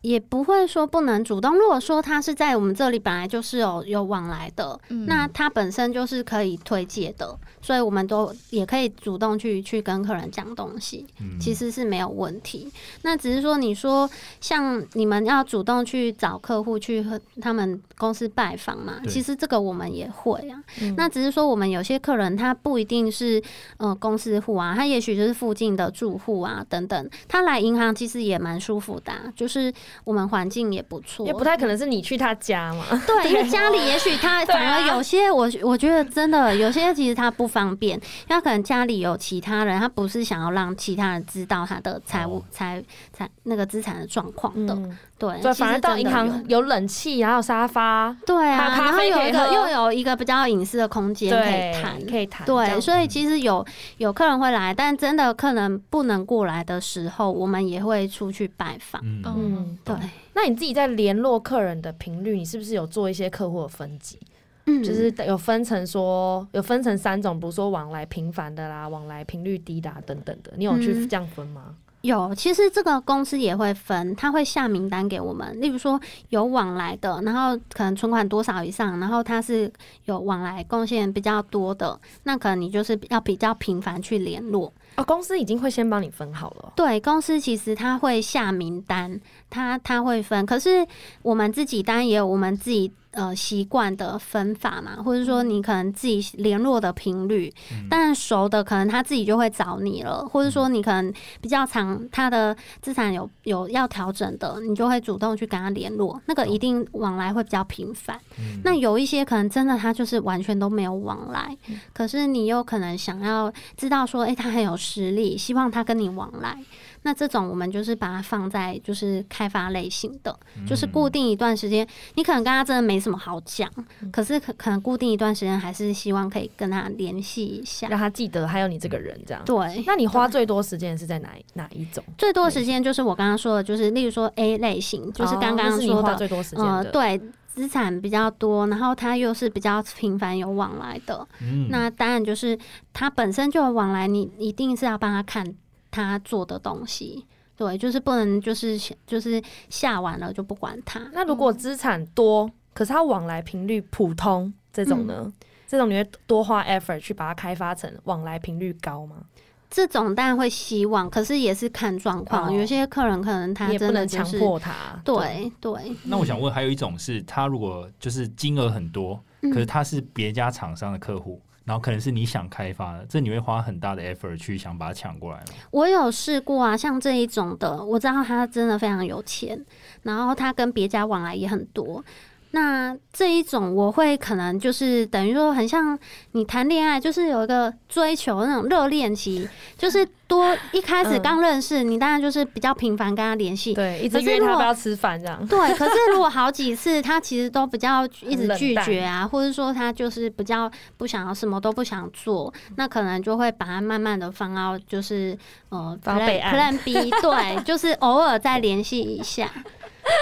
也不会说不能主动。如果说他是在我们这里本来就是有有往来的，
嗯
那他本身就是可以推介的，所以我们都也可以主动去去跟客人讲东西。
嗯
其实是没有问题。那只是说，你说像你们要主动去找客户去和他们公司拜访嘛，
对
其实这个我们也会啊。
嗯
那只是说，我们有些客人他不一定是呃公司户啊，他也许就是附近的住户啊等等，他来银行其实也蛮舒服的啊、就是我们环境也不错，
也不太可能是你去她家嘛，
对，因为家里也许他
啊对啊
反而有些我我觉得真的有些其实他不方便，因为他可能家里有其他人，他不是想要让其他人知道他的财务
哦
财财那个资产的状况的，
嗯，
对，
对，
其实
反而到
真
银
的
行
有。
有冷气，然后有沙发，
对啊，
还有咖
然后
啡
有
可以
一个
喝
又有一个比较隐私的空间可以谈，
可以谈，这
对，
样嗯
所以其实有有客人会来，但真的客人不能过来的时候，我们也会出去拜访。
嗯
嗯
嗯，
对，
那你自己在联络客人的频率，你是不是有做一些客户的分级？
嗯，
就是有分成说有分成三种，比如说往来频繁的啦，往来频率低的、啊、等等的，你有去
嗯
这样分吗？
有，其实这个公司也会分，他会下名单给我们，例如说有往来的，然后可能存款多少以上，然后他是有往来贡献比较多的，那可能你就是要比较频繁去联络。
哦，公司已经会先帮你分好了。
对，公司其实他会下名单，他他会分，可是我们自己当然也有我们自己。呃习惯的分法嘛，或者说你可能自己联络的频率，但熟的可能他自己就会找你了，或者说你可能比较长他的资产有有要调整的，你就会主动去跟他联络，那个一定往来会比较频繁。
嗯
那有一些可能真的他就是完全都没有往来，可是你又可能想要知道说，诶，他很有实力，希望他跟你往来。那这种我们就是把它放在就是开发类型的，就是固定一段时间，你可能跟他真的没什么好讲，可是可可能固定一段时间还是希望可以跟他联系一下。
让他记得还有你这个人这样。
对，
那你花最多时间是在哪一哪一种？
最多的时间就是我刚刚说的，就是例如说 A 类型，就是刚
哦
刚
那是你
说
花
的，
最多时间
呃，
的。
对，资产比较多，然后他又是比较频繁有往来的，
嗯
那当然就是他本身就有往来，你一定是要帮他看他做的东西，对，就是不能就是就是下完了就不管他。
那如果资产多，可是他往来频率普通这种
嗯
呢？这种你会多花 effort 去把它开发成往来频率高吗？
这种当然会希望，可是也是看状况，
哦
有些客人可能他
你也不
真的
能
就
强
是。
迫他。
对对，
那我想问，还有一种是他如果就是金额很多，
嗯
可是他是别家厂商的客户，然后可能是你想开发的，这你会花很大的 effort 去想把它抢过来吗？
我有试过啊，像这一种的，我知道他真的非常有钱，然后他跟别家往来也很多。那这一种我会可能就是等于说，很像你谈恋爱，就是有一个追求那种热恋期，就是多一开始
嗯
刚认识，你当然就是比较频繁跟他联系，
对，一直
可是
约
如
他
果
不要吃饭 这样。
对，可是如果好几次他其实都比较一直拒绝啊，或者说他就是比较不想要什么都不想做，那可能就会把它慢慢的放到就是呃
放到备
plan
案
plan B，对，就是偶尔再联系一下，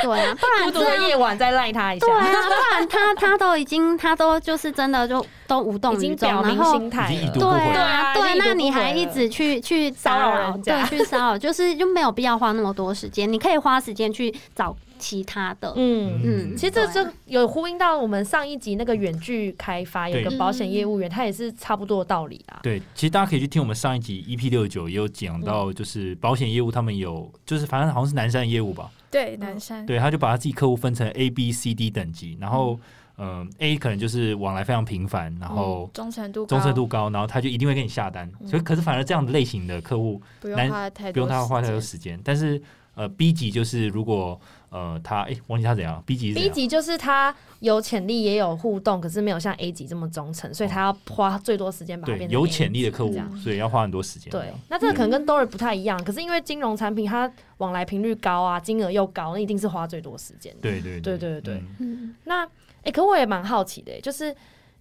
对啊，不
孤
然
独
这
的
样。
夜晚再赖他一下
对，啊，不然他他都已经他都就是真的就都无动
已经
于衷，
表
然
明
后
心态
已经已
了
读。
对
不回
啊，
对啊
对，
已经已读
那
不
你
回
还
了
一直去去
骚扰人家
对，去骚扰，就是就没有必要花那么多时间，你可以花时间去找其他的，
嗯。
嗯，
其实这
对啊
就有呼应到我们上一集那个远距开发，有
对
一个保险业
嗯
务员，他也是差不多的道理啊。
对，其实大家可以去听我们上一集 EP 六九也有讲到，就是保险业务他们有，就是反正好像是南山业务吧，
嗯
对，南山
对，他就把他自己客户分成 A、B、C、D 等级，然后嗯、a 可能就是往来非常频繁，然
嗯
后
忠诚度高
忠诚度高，然后他就一定会给你下单，所以可是反而这样的类型的客户
不用
男
花太多，
不用他花太嗯多。时间，但是呃 B 级就是如果呃他哎、忘记他怎样，B 级是怎
B
样
级就是他有潜力也有互动，可是没有像 A 级这么忠诚，所以他要花最多时间把它
哦对
变成
有
A 级
潜力的客户
这样，
所以要花很多时间。
对，那这个可能
嗯
跟 Dory 不太一样，可是因为金融产品它往来频率高啊，金额又高，那一定是花最多时间的。
对对
对对对
嗯
嗯
那诶，可我也蛮好奇的、欸就是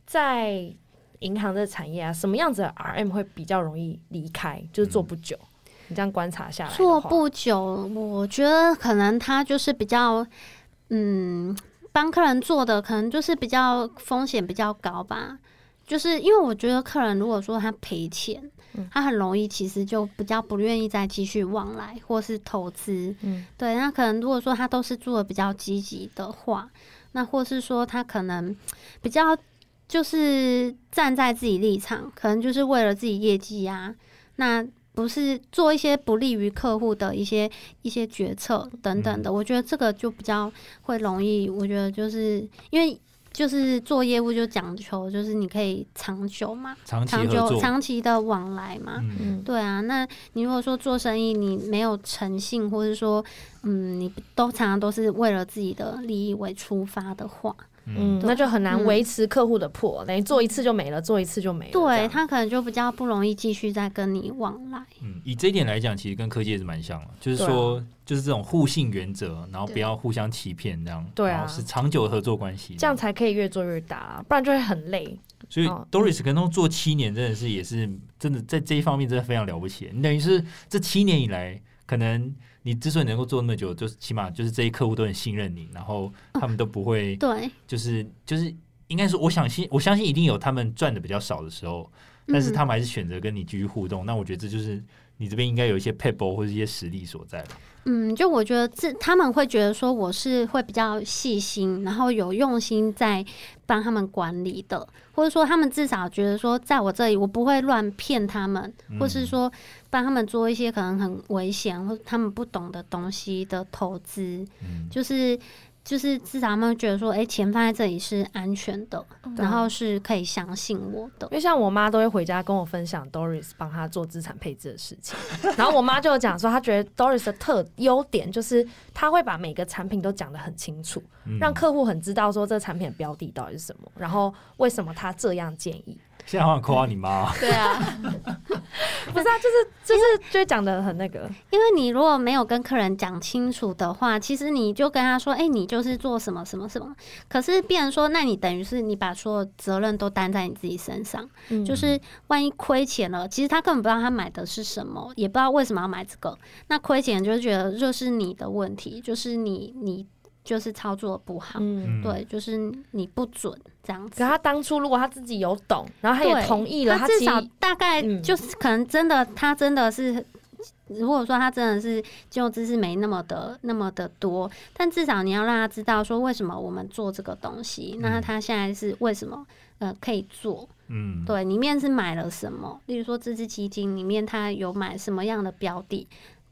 在银行的产业啊，什么样子的 RM 会比较容易离开，就是
嗯
做不久？你这样观察下来的话，
做不久，我觉得可能他就是比较，嗯，帮客人做的可能就是比较风险比较高吧。就是因为我觉得客人如果说他赔钱，
嗯
他很容易其实就比较不愿意再继续往来或是投资。
嗯
对，那可能如果说他都是做的比较积极的话，那或是说他可能比较就是站在自己立场，可能就是为了自己业绩啊，那不是做一些不利于客户的一些一些决策等等的。
嗯
我觉得这个就比较会容易，我觉得就是因为。就是做业务就讲求，就是你可以长久嘛，
长期
长
合
久
作，
长期的往来嘛，
嗯，
对啊，那你如果说做生意你没有诚信，或者说嗯，你都常常都是为了自己的利益为出发的话，
嗯，
对
那就很难维持客户的破，等于做一次就没了，做一次就没了。啊这
对
样
他可能就比较不容易继续再跟你往来。
嗯，以这一点来讲，其实跟科技也是蛮像的，就是
对啊
说，就是这种互信原则，然后不
对
要互相欺骗，这样，
对啊
然后是长久的合作关系，
这样。才可以越做越大啦，不然就会很累。
所以
哦
Doris 跟他做七年，真的是也是真的在这一方面真的非常了不起。你等于是这七年以来，可能你之所以能够做那么久，就是起码就是这些客户都很信任你，然后
嗯
他们都不会
对，
就是就是应该是我相信我相信一定有他们赚的比较少的时候，但
嗯
是他们还是选择跟你继续互动。那我觉得这就是你这边应该有一些 p e b b l 或者一些实力所在吧。
嗯，就我觉得这他们会觉得说我是会比较细心，然后有用心在帮他们管理的，或者说他们至少觉得说在我这里我不会乱骗他们，或
嗯
是说帮他们做一些可能很危险或他们不懂的东西的投资，
嗯
就是就是至少他们觉得说，哎、钱放在这里是安全的，
嗯
然后是可以相信我的
因。为像我妈都会回家跟我分享 Doris 帮她做资产配置的事情，然后我妈就有讲说，她觉得 Doris 的特优点就是她会把每个产品都讲得很清楚，
嗯
让客户很知道说这产品的标的到底是什么，然后为什么她这样建议。
现在好想扣啊你妈哦，
对 啊，
不是啊，就是就是就会讲的很那个，
因为你如果没有跟客人讲清楚的话，其实你就跟他说，哎、你就是做什么什么什么。可是别人说，那你等于是你把所有责任都担在你自己身上，
嗯
就是万一亏钱了，其实他根本不知道他买的是什么，也不知道为什么要买这个。那亏钱就觉得这是你的问题，就是你你就是操作不好，
嗯。
嗯
对，就是你不准这样子
可。她当初如果她自己有懂，然后她也
对
同意了，她
他至
其
少
实
大概
嗯
就是可能真的，他真的是，如果说他真的是金融知识没那么的那么的多，但至少你要让他知道说为什么我们做这个东西，那
嗯
他现在是为什么呃可以做，
嗯，
对，里面是买了什么，例如说这支基金里面他有买什么样的标的。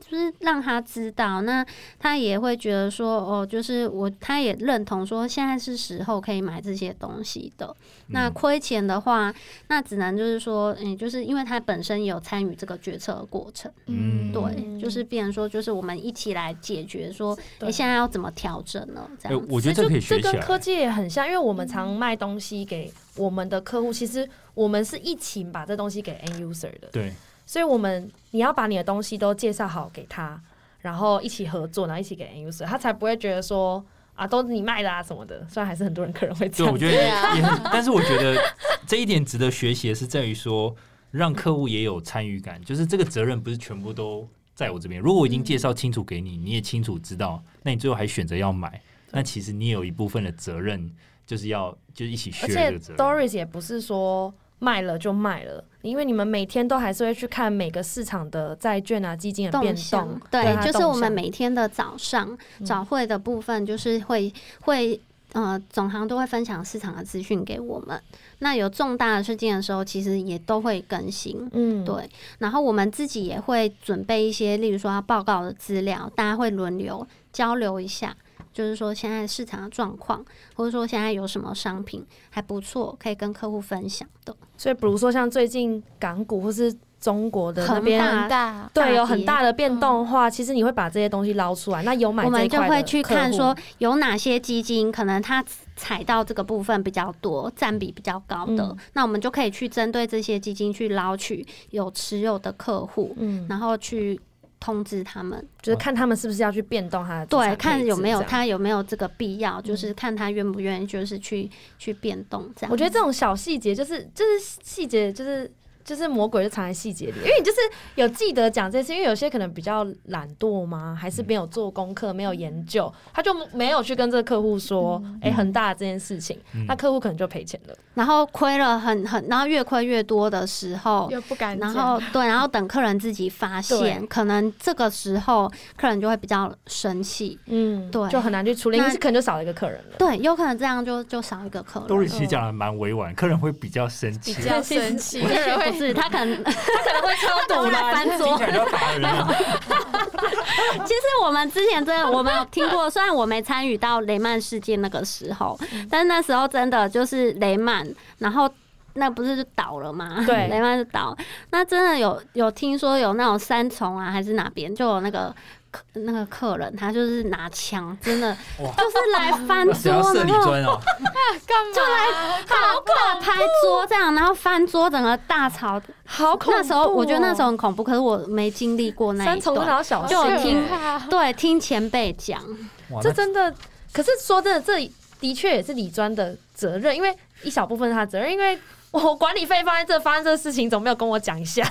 就是让他知道，那他也会觉得说，哦，就是我，他也认同说，现在是时候可以买这些东西的。那
嗯
亏钱的话，那只能就是说，嗯，就是因为他本身有参与这个决策的过程，
嗯
对，
嗯
就是变成说，就是我们一起来解决说，哎、
对
现在要怎么调整呢？这
哎
样子，
我觉得这
就
可以学起
跟科
来，
技也很像，因为我们常
嗯
卖东西给我们的客户，其实我们是一起把这东西给 end user 的，
对，
所以我们你要把你的东西都介绍好给他，然后一起合作，然后一起给 end user，他才不会觉得说啊都是你卖的啊什么的。虽然还是很多人客人会这
对，
样
我，觉得也很，但是我觉得这一点值得学习的是在于说，让客户也有参与感，就是这个责任不是全部都在我这边。如果我已经介绍清楚给你，你也清楚知道，那你最后还选择要买，那其实你也有一部分的责任，就是要就是一起学
而
这
且
个责任。
Doris 也不是说卖了就卖了，因为你们每天都还是会去看每个市场的债券啊、基金的变
动
动
向，，对，
它
就是
动
我们
向
每天的早上
嗯
早会的部分，就是会会呃，总行都会分享市场的资讯给我们。那有重大的事件的时候，其实也都会更新。
嗯，
对，然后我们自己也会准备一些，例如说要报告的资料，大家会轮流交流一下，就是说现在市场的状况，或者说现在有什么商品还不错，可以跟客户分享的。
所以比如说像最近港股或是中国的那
恒
边
大。
很大，
对，有
大跌嗯
很大的变动的话，其实你会把这些东西捞出来。那有买
我
这
们
一
就
块的
会去看
客户
说，有哪些基金可能它踩到这个部分比较多，占比比较高的，
嗯
那我们就可以去针对这些基金去捞取有持有的客户，
嗯，
然后去通知他们，
就是看他们是不是要去变动他的资产
对，看
配置
有没有
这样。嗯
他有没有这个必要，就是看他愿不愿意，就是去去变动这样。
我觉得这种小细节就是就是细节就是。就是魔鬼就藏在细节里，因为你就是有记得讲这些，因为有些可能比较懒惰嘛，还是没有做功课、没有研究，他就没有去跟这个客户说，
嗯
哎、恒大这件事情，
嗯
那客户可能就赔钱了。
然后亏了很很，然后越亏越多的时候，
又不敢讲，
然后对，然后等客人自己发现，可能这个时候客人就会比较生气，
嗯，
对
就很难去处理，因
那
为可能就少了一个客人了。
对，有可能这样就就少一个客人。
Doris 其实讲的蛮委婉，客人会比较生
比
气， 听
较生 气，
也许
会
不是，他可 能他可 能会超
赌
来
啦
翻桌
起。来就要打人了。
其实我们之前真的，我们有听过，虽然我没参与到雷曼事件那个时候，但是那时候真的就是雷曼，然后那不是就倒了吗？
对
雷曼就倒。那真的有有听说有那种三重啊，还是哪边就有那个。客那个客人他就是拿枪，真的
哇
就是来翻
只
桌
要，射
然
你
后
砖哦，
干嘛？就 来
哦
好可拍桌这样，然后翻桌，整个大吵。
好恐怖、
那时候我觉得那时候很恐怖，可是我没经历过那
三
一
重啊都
段。
拿小
就有
事
听对，听前辈讲，
哇
这
那
真的，可是说真的，这的确也是李专的责任，因为一小部分是他的责任，因为我管理费放在这，发生这事情，总没有跟我讲一 下。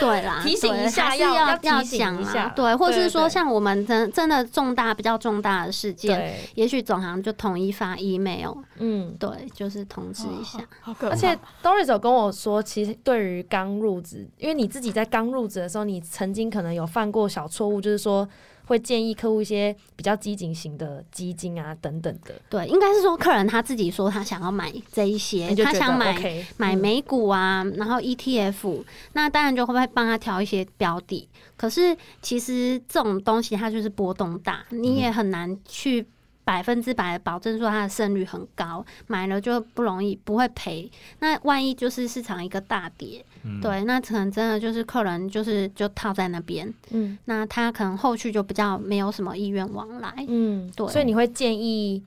对 啦，
提醒
对
一下
还是
要要
要
提醒
讲
一
啦
下
对，或
对
是说
对
像我们真真的重大比较重大的事件，
对，
也许总行就统一发 email，
嗯。
对，就是通知一下。
哦
哦好可怕，
而且 Doris 有跟我说，其实对于刚入职，因为你自己在刚入职的时候，你曾经可能有犯过小错误，就是说会建议客户一些比较激进型的基金啊等等的，
对，应该是说客人他自己说他想要买这一些，
你就
他
觉得
想买
OK，
买
嗯
美股啊，然后 ETF，那当然就会帮他挑一些标的。可是其实这种东西它就是波动大，你也很难去。百分之百的保证说它的胜率很高，买了就不容易不会赔。那万一就是市场一个大跌，
嗯，
对，那可能真的就是客人就是就套在那边，
嗯
那他可能后续就比较没有什么意愿往来。
嗯，
对
所以你会建议，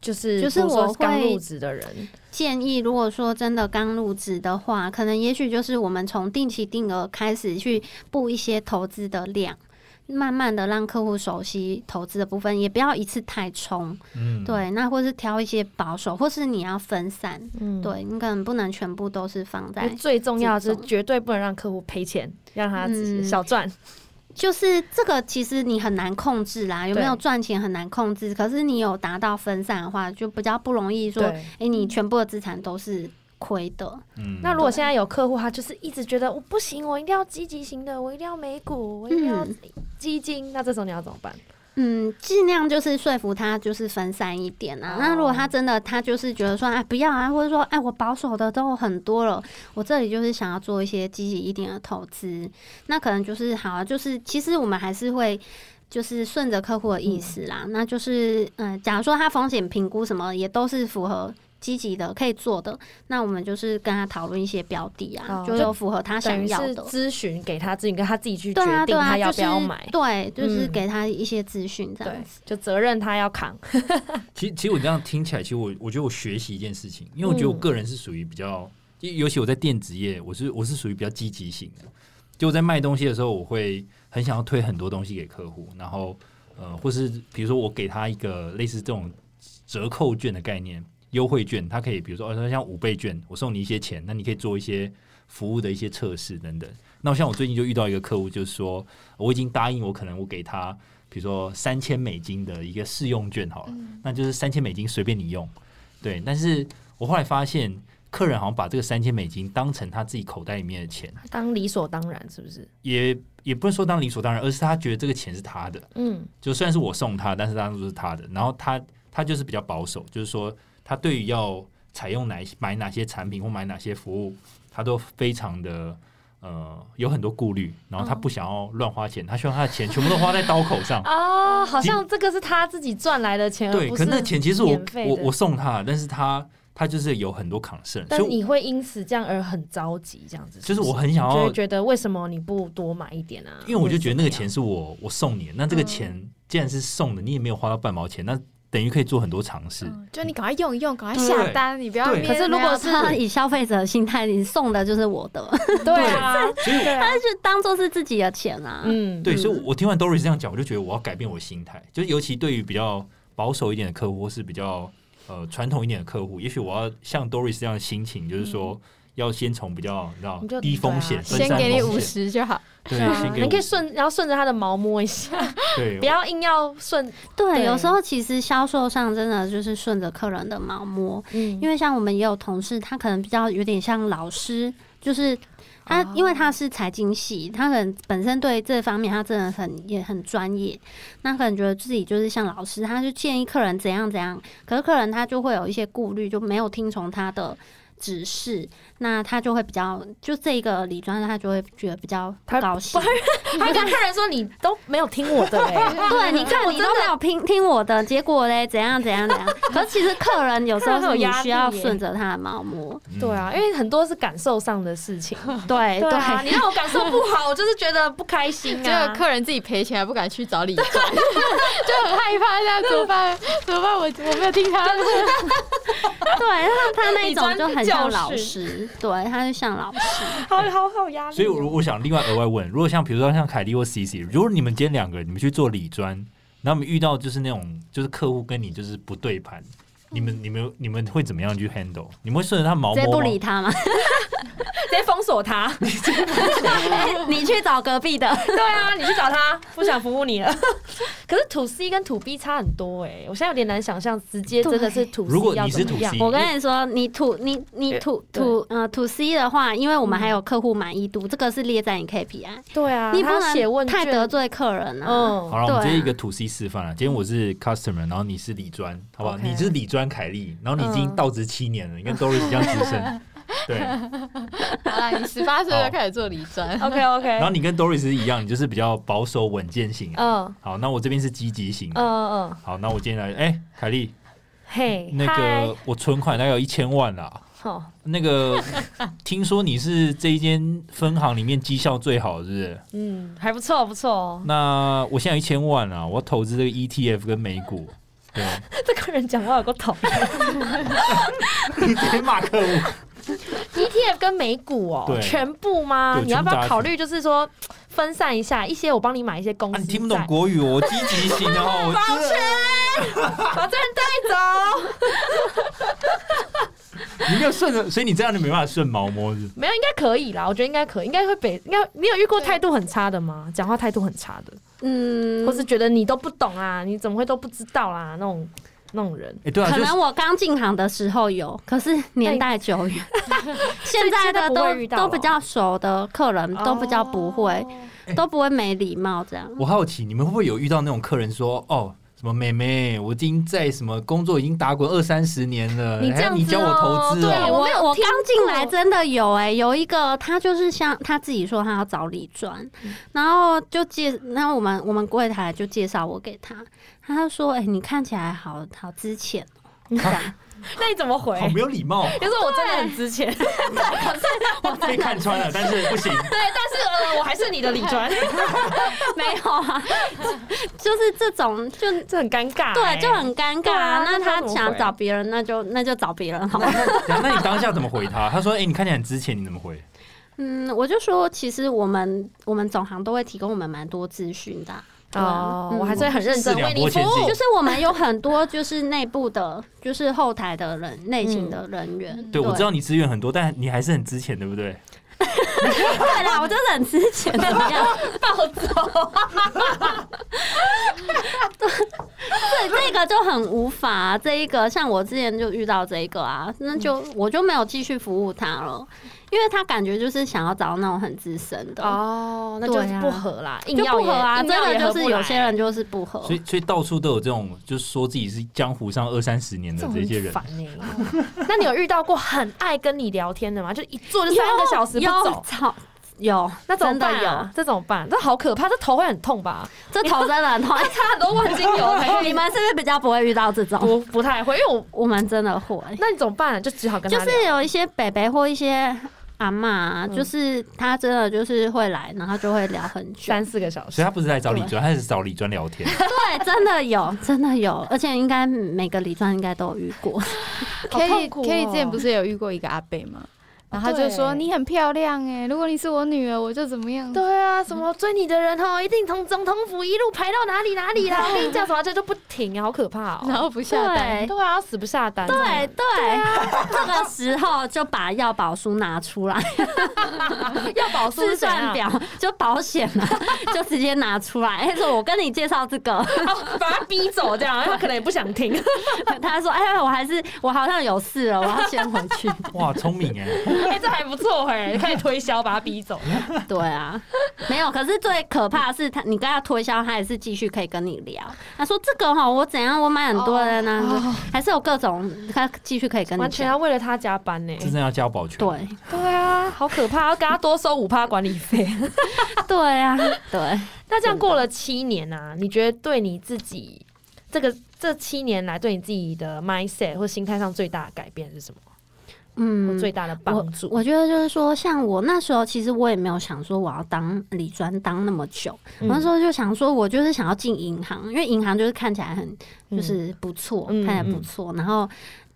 就是
就是
比如说
我会
刚入职的人，
建议，如果说真的刚入职的话，可能也许就是我们从定期定额开始去布一些投资的量。慢慢的让客户熟悉投资的部分，也不要一次太冲，
嗯，
对，那或是挑一些保守，或是你要分散，
嗯，
对你可能不能全部都是放在
因为最重要的是
这种
绝对不能让客户赔钱，让他自己
嗯
小赚。
就是这个，其实你很难控制啦，有没有
对
赚钱很难控制。可是你有达到分散的话，就比较不容易说，哎、
对，
你全部的资产都是亏的。
嗯，
那如果现在有客户，他就是一直觉得我不行，我一定要积极型的，我一定要美股，我一定要
嗯
基金，那这时候你要怎么办？
嗯，尽量就是说服他，就是分散一点
哦
啊。那如果他真的他就是觉得说，哎，不要啊，或者说，哎，我保守的都有很多了，我这里就是想要做一些积极一点的投资，那可能就是好啊，就是其实我们还是会。就是顺着客户的意思啦，那就是嗯、呃假如说他风险评估什么也都是符合积极的可以做的，那我们就是跟他讨论一些标的啊，
哦
就
就
有符合他
等
想
于
要
是
的。
咨询给他自己，跟他自己去决
对啊，对
定
啊，
他要
就
不
是
要买。
对，就是
嗯
给他一些资讯这样
对
子。，
就责任他要扛。
其实其实我这样听起来，其实我我觉得我学习一件事情，因为我觉得我个人是属于比较，尤尤其我在电子业，我是我是属于比较积极型的。就我在卖东西的时候，我会很想要推很多东西给客户，然后呃，或是比如说我给他一个类似这种折扣券的概念、优惠券，他可以比如说，哦，像五倍券，我送你一些钱，那你可以做一些服务的一些测试等等。那像我最近就遇到一个客户，就是说我已经答应我可能我给他，比如说三千美金的一个试用券好了，
嗯
那就是三千美金随便你用，对。但是我后来发现，客人好像把这个三千美金当成他自己口袋里面的钱，
当理所当然，是不是？
也也不是说当理所当然，而是他觉得这个钱是他的，
嗯，
就虽然是我送他，但是当初是他的。然后他他就是比较保守，就是说他对于要采用哪一些买哪些产品或买哪些服务，他都非常的呃有很多顾虑。然后他不想要乱花钱，他希望他的钱全部都花在刀口上。
哦，好像这个是他自己赚来的钱，而
对，
呃不
可
是
那钱其实我
免费
我
的
我送他的，但是他他就是有很多 concern，
但
所以
你会因此这样而很着急，这样子
我
是
就是
不
我
是
很想
就
要
会，觉得为什么你不多买一点啊？
因为我就觉得那个钱
或者
是我我送你的，那
嗯
这个钱既然是送的，你也没有花到半毛钱，那等于可以做很多尝试。
嗯就你赶快用一用，赶快
对
下单，你不要
对
一边
可是如果是
哦他以消费者的心态，你送的就是我 的，
怎么样对啊，
所以
对啊，
那就当做是自己的钱啊啦、
嗯，
对，所以我我听完 Doris 这样讲，我就觉得我要改变我的心态，就是尤其对于比较保守一点的客户，或是比较呃传统一点的客户，也许我要像 Doris 这样的心情，就是说要先从比较你知
嗯你
道
就
低风险、
对啊
分
先
散
给你
风
五
险，
十就好。
对，
对啊
先给
你可以
50
顺，然后顺着他的毛摸一下，
对
不要硬要顺，对
对，有时候其实销售上真的就是顺着客人的毛摸，
嗯，
因为像我们也有同事，他可能比较有点像老师，就是他、
哦
因为他是财经系，他可能本身对这方面他真的很也很专业，那可能觉得自己就是像老师，他就建议客人怎样怎样，可是客人他就会有一些顾虑，就没有听从他的。指示，那他就会比较，就这一个理专，他就会觉得比较不
他
高兴。
他跟客人说你都没有听我的 欸
嗯
对，你看你都没有听听我的，结果嘞怎样怎样 怎样。可是其实客人有时候是你需要顺着他的毛摸，
嗯
对啊，因为很多是感受上的事情，
哎
对
对啊，你让我感受不好，我就是觉得不开 心
结
啊
果。客人自己赔钱还不敢去找理专， 就很害怕，这样怎么 办？怎么办？我我没有听他的，
对，那他那
你
一
专
种就很像老
教
师，对，他就像老师。
好好好压力哦。
所以，我我想另外额外问，如果像比如说像凯莉或 CC，如果你们今天两个人你们去做理专，然后你们遇到就是那种就是客户跟你就是不对盘，你
嗯
们你们你们会怎么样去 handle？你们会顺着他毛
直接
摸
不
吗？
理他嘛？
直接封锁他。
你去找隔壁的，
对啊，你去找 他，不想服务你了。可是 to C 跟 to B 差很多哎、我现在有点难想象，直接真的是 to
如果
C 要
你是
怎么
to
样
C，
我跟你说，你土你你土
对
土呃土 C 的话，因为我们还有客户满意度，这个是列在你 KPI，
对啊，
你不
他写
能
问卷
太得，罪客人啊。
嗯
好，了，我们
对
直
啊
接一个 to C 示范了。今天我是 customer，然后你是理专，好不好
OK
你是理专凯莉，然后你已经
嗯 哎
到职七年了，你跟 Doris 一样资深。对，
好啦，你十八岁就开始做理专，
OK
然后
OK，
你跟 Doris 是一样，你就是比较保守稳健型。
嗯
好，那我这边是积极型
嗯。嗯，
好，那我今天来，哎、凯莉，
嘿，
那个我存款大概有一千万啦。
嗨哦，
那个 听说你是这一间分行里面绩效最好，是不是？
嗯，还不错不错哦，
那我现在有一千万啊，我要投资这个 ETF 跟美股。对，
这个人讲话有个 头
你直接骂客户。
，ETF E 跟美股哦
对，
全部吗？
对
你要不
全部
要
加
考
起
虑就是说分散一下，一些我帮你买一些公
啊，
司
你
债，
听不懂国语，我积极型的 哦，我真的
把这人带走。
你没有顺着，所以你这样就没办法顺毛摸是不是
没有，应该可以啦，我觉得应该可以，应该会被，应该你有遇过态度很差的吗？讲话态度很差的，
嗯
或，是觉得你都不懂啊，你怎么会都不知道啊啦、那种那种人。
哎、对啊，
可
就是
能我刚进行的时候有，可是年代久远， 现在
所以现在
的
不
都
会遇到了
都比较熟的客人都比较不会，都不会没礼貌这样。
我好奇，你们会不会有遇到那种客人说，哦，什么妹妹，我已经在什么工作已经打滚二三十年了，
你这
还要
样
你
子
教我
哦
投资
对
哦？
我
我没有
我
听
刚
过
进来真的有哎、有一个他就是像他自己说他要找理专，
嗯
然后就介，然后我们我们柜台就介绍我给他，他就说哎、你看起来好好之前哦，这样
那你怎么回
好？没有 礼貌，
就是我真的很值钱，对，
被看穿了，但是不行，
但是呃，我还是你的李 专，
没有啊， 就是这种就
这很尴尬、欸
对就很尴尬、
哎对啊
那
那
他
他怎么
想
回
找别人，那就那就找别人好了。
等一下 那你当下怎么回他？他说：“哎、你看起来很值钱，你怎么回
嗯，我就说，其实我们我们总行都会提供我们蛮多资讯的啊、对啊
哦，
嗯
我还是会很认真
四
为
两
你
拨
服
千斤
务
就。是我们有很多就是内部的，就是后台的人内勤的人员。
嗯？”
对，我知
道。
道你资源很多，但你还是很值钱，对不对？
对啦，我就是很之前怎么 样暴走。对，这个就很无法、这一个像我之前就遇到这一个啊，那就我就没有继续服务他了，因为他感觉就是想要找那种很资深的，
哦，那就是
对啊
不合啦，硬
就
要
不
也
合欸啊，
硬
真
要
的
也
就
合
是
不来
有些人就是不
哦
合。
所以，所以到处都有这种，就是说自己是江湖上二三十年的
这种
这些
很
人，
烦呢、 那你有遇到过很爱跟你聊天的吗？就一坐就三个小时不
有
走，
操有，
那怎么
真的
办、啊？
有，
这怎么办？这好可怕，这头会很痛 吧？
这头真的很痛。
擦很多万金 油
哦你们是不是比较不会遇到这种？
不不太会，因为我
我们真的会，
那你怎么办、就只好跟他
就
聊
是有一些北北或一些阿嬷啊，
嗯
就是他真的就是会来，然后就会聊很久。
三四个小
所以
时。
他不是来找李专，他是找李专聊天。
对，真的有，真的有，而且应该每个理专应该都有遇过。
k
好
a
痛苦哦
t 之前不是有遇过一个阿贝吗？然后他
对
就说你很漂亮哎、如果你是我女儿，我就怎么样。
对啊，什么追你的人哦，一定从总统府一路排到哪里哪里啦！ 我跟你讲什么，这就不停啊，好可怕
然
哦。
后不下单
对，
对啊，死不下单。
对对，啊这个时候就把要保书拿出 来，
要保书
试算表就保险 嘛，就直接拿出来。哎，说我跟你介绍这个，
把他逼走这样，他可能也不想听。
他说哎，我还是我好像有事了，我要先回去。
哇，聪明哎！
哎，这还不错哎，可以推销把他逼走。
对啊，没有。可是最可怕的是他，你跟他推销，他也是继续可以跟你聊。他说这个哈，我怎样，我买很多的呢，还是有各种，他继续可以跟
哦
你
完全
讲。
要为了他加班呢。
真正要交保 全，
对
对啊，好可怕，要跟他多收五趴管理 费。
对啊，对，
那这样过了七年啊，你觉得对你自己这个这七年来对你自己的 mindset 或心态上最大的改变是什么？或
嗯，
最大的帮
我
助？
我觉得就是说，像我那时候，其实我也没有想说我要当理专当那么久，
嗯
我那时候就想说，我就是想要进银行，因为银行就是看起来很
嗯
就是不错，
嗯
看起来不错，然后。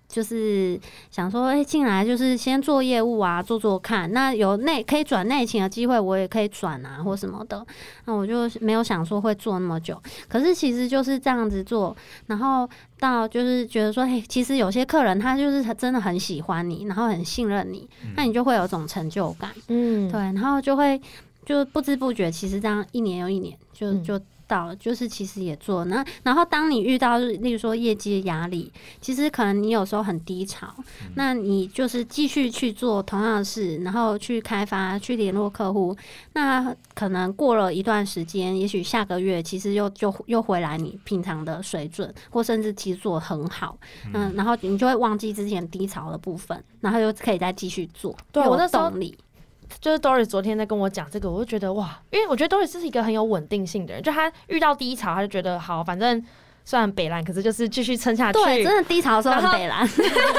就是想说，哎、进来就是先做业务啊，做做看。那有内可以转内勤的机会，我也可以转啊，或什么的。那我就没有想说会做那么久。可是其实就是这样子做，然后到就是觉得说，哎、其实有些客人他就是他真的很喜欢你，然后很信任你，那你就会有一种成就感。
嗯
对，，然后就会就不知不觉，其实这样一年又一年，就
嗯
就到，就是其实也做。那然后当你遇到，例如说业绩的压力，其实可能你有时候很低潮，
嗯
那你就是继续去做同样的事，然后去开发、去联络客户。那可能过了一段时间，也许下个月其实又就又回来你平常的水准，或甚至其实做得很好，嗯，然后你就会忘记之前低潮的部分，然后就可以再继续做。
对啊
有
我那时候
动力，
就是 Doris 昨天在跟我讲这个，我就觉得哇，因为我觉得 Doris 是一个很有稳定性的人，就他遇到低潮，他就觉得好，反正虽然北烂，可是就是继续撑下去，
对，真的低潮的时候
然后
很北蓝。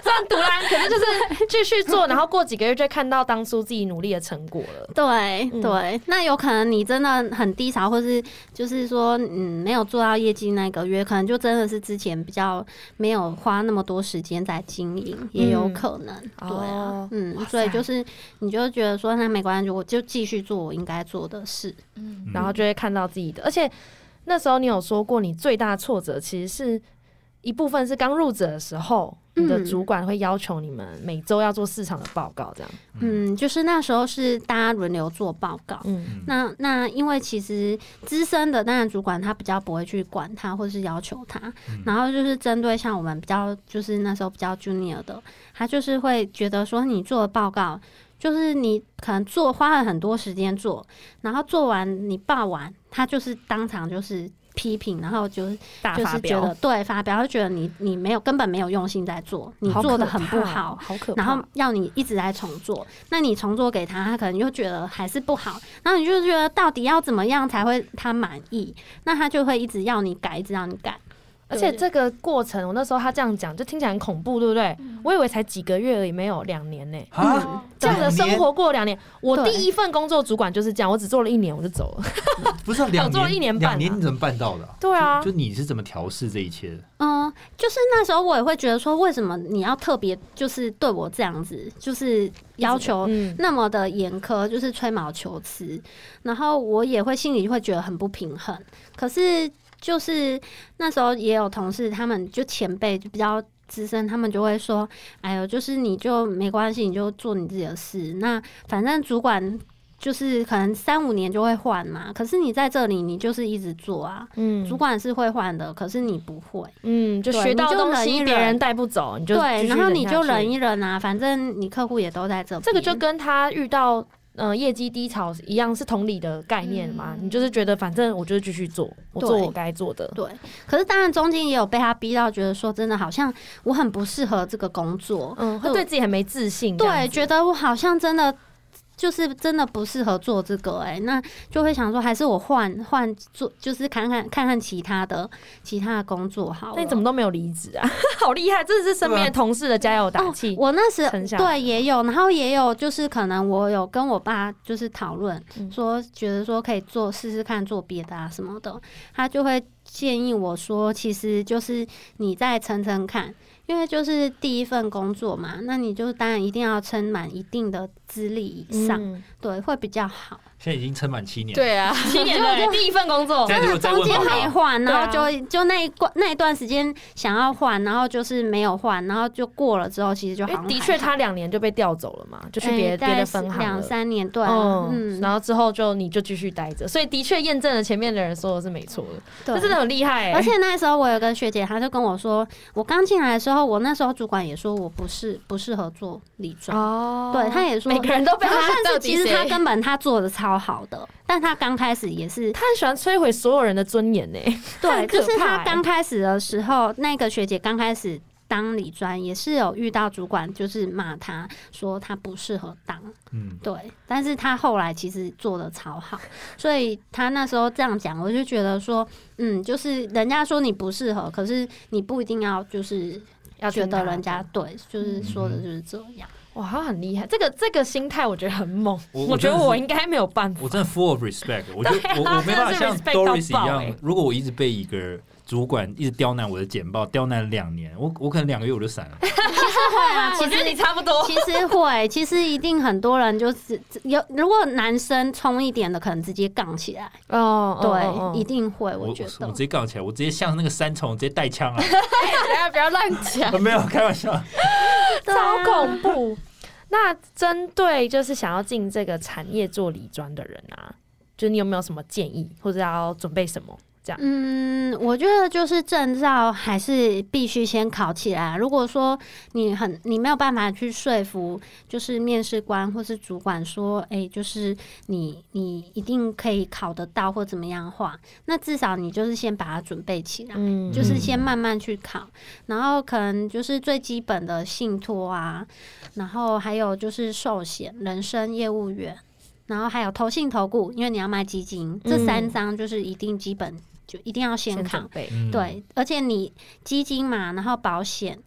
虽然独烂，可是就是继续做，然后过几个月就会看到当初自己努力的成果了。
对
嗯
对，那有可能你真的很低潮，或是就是说，嗯，没有做到业绩那个月，可能就真的是之前比较没有花那么多时间在经营，也有
嗯
可能。
哦
对啊，
哇
嗯，所以
塞
就是你就觉得说，那没关系，我就继续做我应该做的事。
嗯，
然后就会看到自己的。而且那时候你有说过，你最大挫折其实是一部分是刚入职的时候，你的
嗯
主管会要求你们每周要做市场的报告，这样。
嗯，就是那时候是大家轮流做报告，
嗯
那那因为其实资深的当然主管他比较不会去管他或是要求他，然后就是针对像我们比较就是那时候比较 junior 的，他就是会觉得说你做的报告。就是你可能做花了很多时间做，然后做完你报完，他就是当场就是批评，然后就是
大
就
发
是觉
表，
得对发表，就觉得你你没有根本没有用心在做，你
好
做的
可
很不
怕哦
好，
好可怕。
然后要你一直在重做，那你重做给他，他可能就觉得还是不好，然后你就觉得到底要怎么样才会他满意，那他就会一直要你改，一直要你改。
而且这个过程，我那时候他这样讲，就听起来很恐怖，对不对？我以为才几个月而已，没有两年呢、
啊，
嗯这样的
两
生
年
活过两年，我
对
第一份工作主管就是这样，我只做了一年我就走了。
不是啊两
做了一年半啊
两年你怎么办到的啊？
对啊
就，你是怎么调试这一切的？
嗯，就是那时候我也会觉得说，为什么你要特别就是对我这样子，就是要求
嗯，
那么的严苛，就是吹毛求疵，然后我也会心里会觉得很不平衡。可是就是那时候也有同事，他们就前辈就比较。资深，他们就会说：“哎呦，就是你就没关系，你就做你自己的事。那反正主管就是可能三五年就会换嘛。可是你在这里，你就是一直做啊。
嗯
主管是会换的，可是你不会。
嗯，就
对
学
你
到
就
东
忍一
西
忍
别人带不走，你就继
对，
续
然后
忍
你
下
就
去
忍一忍啊，反正你客户也都在这边。
这个就跟他遇到呃业绩低潮一样，是同理的概念嘛。
嗯
你就是觉得反正我就是继续做，我做
对
我该做的。
对，可是当然中间也有被他逼到，觉得说真的好像我很不适合这个工作，
嗯，会对自己很没自信嗯这样
对，
子。
觉得我好像真的就是真的不适合做这个、哎，那就会想说还是我换换做，就是看看看看其他的其他的工作好了。
那你怎么都没有离职啊？ 好厉害，这是身边的同事的加油打气。
哦我那时
撑下来
对也有，然后也有就是可能我有跟我爸就是讨论，
嗯
说觉得说可以做试试看做别的啊什么的，他就会建议我说，其实就是你再撑撑看，因为就是第一份工作嘛，那你就当然一定要撑满一定的资历以上，
嗯
对，会比较好。
现在已经撑满七 年，，
对啊，
七年的第一份工 作，
现在如果再
中
问
间
爸
没
爸，
换，然后
对啊
就就那一关那一段时间想要换，然后就是没有换，然后就过了之后，其实就
因
好像
哎为的
还
确
好
他两年就被调走了嘛，就去别别
哎大概
的分
是
行
两
了。
三年，对啊、
嗯，
嗯，
然后之后就你就继续待着，所以的确验证了前面的人说的是没错的，
对
这真的很厉害欸。
而且那时候我有个学姐，她就跟我说，我刚进来的时候，我那时候主管也说我不是不适合做理专，
哦
对，她也说
每。个人都被
然后
他
但
到
是
底
其实她
谁
根本她做的超好的，但她刚开始 也是
他很喜欢摧毁所有人的尊严呢、
对，
很可
就是
怕
她
欸
刚开始的时候，那个学姐刚开始当理专也是有遇到主管就是骂她说她不适合当，
嗯，
对，但是他后来其实做的超好， 所以他那时候这样讲，我就觉得说，嗯，就是人家说你不适合，可是你不一定要就是
要嗯
觉
听
得
他
人
的
家对，就是说的就是这样。
哇，他很厉害，这个这个心态我觉得很猛，
我
我
我
觉得
真的是
我应该没有办法。
我真的 full of respect，我就
对啊
我我没办法
真
像
的是 respect 到
Doris 一
爆
样
欸，
如果我一直被一个主管一直刁难我的简报，刁难两年，我我可能两个月我就散了。
对啊，
我
其
觉得你
实。
差不多，
其实会，其实一定很多人就是有，如果男生冲一点的，可能直接杠起来，
哦
对，一定会，
我
我觉
我直。
得
接杠起来，我直接像那个三重，直接带枪 啊！
不要不要乱讲。
没有开玩笑，
对啊
超恐怖。那针对就是想要进这个产业做理专的人啊，就是你有没有什么建议，或者要准备什么？这样，
嗯，我觉得就是证照还是必须先考起来。啊如果说你很你没有办法去说服，就是面试官或是主管说，哎、就是你你一定可以考得到或怎么样的话，那至少你就是先把它准备起来。
嗯
就是先慢慢去考，然后可能就是最基本的信托啊，然后还有就是寿险、人身业务员，然后还有投信投顾，因为你要卖基金，这三
嗯
张就是一定基本就一定要先
先
考
准。备，
嗯，
对，而且你基金嘛，然后保险，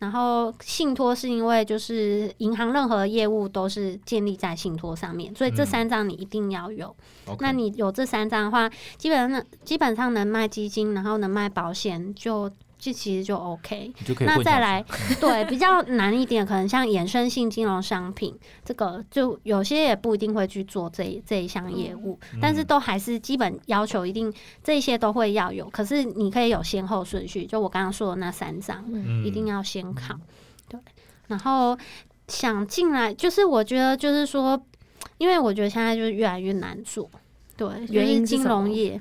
然后信托是因为就是银行任何业务都是建立在信托上面，所以这
嗯
三张你一定要有。
OK，
那你有这三张的话，基本上基本上能卖基金，然后能卖保险，就这其实就 OK。
你就可以
那
混
再
下
来，对 比较难一点，可能像衍生性金融商品，这个就有些也不一定会去做这一这一项业务，
嗯
但是都还是基本要求一定这些都会要有。可是你可以有先后顺序，就我刚刚说的那三张，
嗯
一定要先考。对，然后想进来，就是我觉得就是说，因为我觉得现在就是越来越难做，对，
原因
就是金
什么
融业。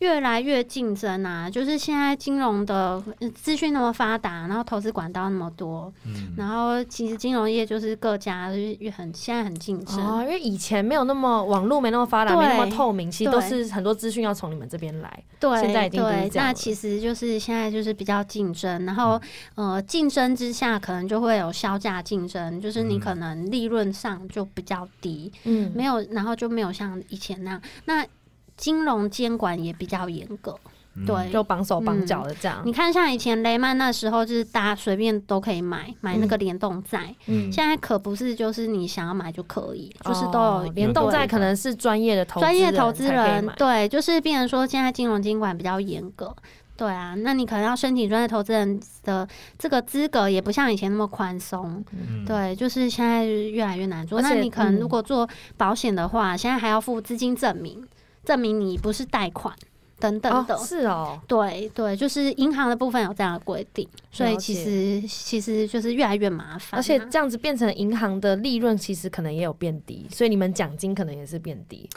越来越竞争啊，就是现在金融的呃资讯那么发达，然后投资管道那么多，
嗯
然后其实金融业就是各家就是越很现在很竞争，
哦，因为以前没有那么网络没那么发达，没那么
对
透明，其实都
对
是很多资讯要从你们这边来。
对，
现在已经不是
对
这样
那
了
其实就是现在就是比较竞争，然后
嗯
呃，竞争之下可能就会有销价竞争，就是你
嗯
可能利润上就比较低，
嗯
没有，然后就没有像以前那样。那金融监管也比较严格，
嗯
对
就绑手绑脚的这样。
你看像以前雷曼那时候，就是大家随便都可以买买那个联动债，
嗯
现在可不是就是你想要买就可以，
就
就是是
都
都
有
有
联动债，可能是专业的投
哦专业投资
资人才可以
人
买，
对，就是变成说现在金融监管比较严格。对啊，那你可能要申请专业投资人的这个资格，也不像以前那么宽松。
嗯，
对，就是现在越来越难做。
而
那
且
你可能
嗯
如果做保险的话，现在还要付资金证明，证明你不是贷款等等的。
哦，是哦，
对对，就是银行的部分有这样的规定，所以
了
其
解
实其实就是越来越麻烦啊、
而且这样子变成银行的利润其实可能也有变低，所以你们奖金可能也是变低。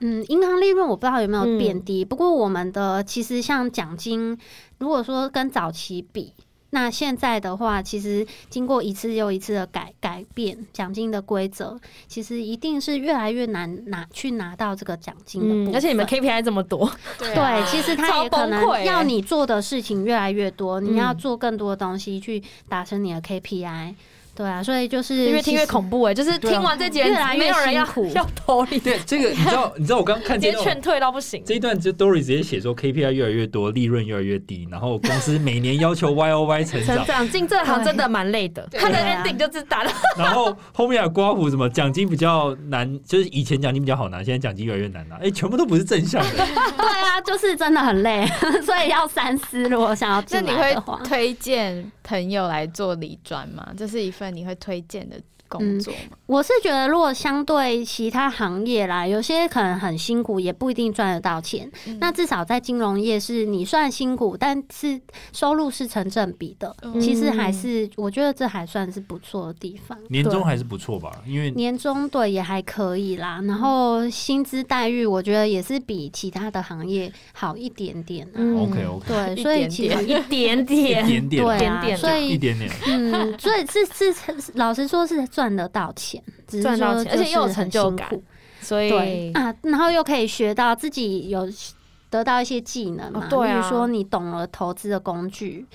嗯，银行利润我不知道有没
嗯
有变低，不过我们的其实像奖金，如果说跟早期比，那现在的话，其实经过一次又一次的改改变奖金的规则，其实一定是越来越难拿去拿到这个奖金的部分、
嗯而且你们 KPI 这么多，
对啊
对，其实它
超
也可
崩溃
能
欸
要你做的事情越来越多，你要
嗯
做更多的东西去达成你的 KPI。对啊，所以就是
越听
其
越
实
恐怖哎！就是
对啊
听完这几人
越来越
没有人要
辛苦
要投你，
对，这个你知道，你知道我刚刚看
直
这
接
段
劝退到不行。
这一段就 Dory 直接写说 KPI 越来越多，利润越来越低，然后公司每年要求 Y O Y 成
成
长，
长进这行真的蛮累的，
对
他的
对啊
ending 就是打了
然后后面还刮胡什么奖金比较难，就是以前奖金比较好拿，现在奖金越来越难拿，哎，全部都不是正向的。
对啊，就是真的很累， 所以要三思。如果想要
那
进
你
来的话
会，推荐朋友来做理专吗？这是一份你会推荐的工作吗？
我是觉得，如果相对其他行业啦，有些可能很辛苦，也不一定赚得到钱。
嗯
那至少在金融业是你算辛苦，但是收入是成正比的。
嗯
其实还是我觉得这还算是不错的地
嗯
方。
年终还是不错吧，因为
年终对也还可以啦，然后薪资待遇我觉得也是比其他的行业好一 点点、啊。
嗯
OK OK
对，
一
所以
点
其
点
实
一点
一
点，
点点啦，
对
点
啊，
点
所
一
以
点点，
嗯，所以是是是，老实说是赚得到钱，只是
赚到
说
钱而且
就是
又有
很
成就
辛
感
苦
所
对
以
啊，然后又可以学到自己有得到一些技能嘛，
哦对啊
例如说你懂了投资的工具，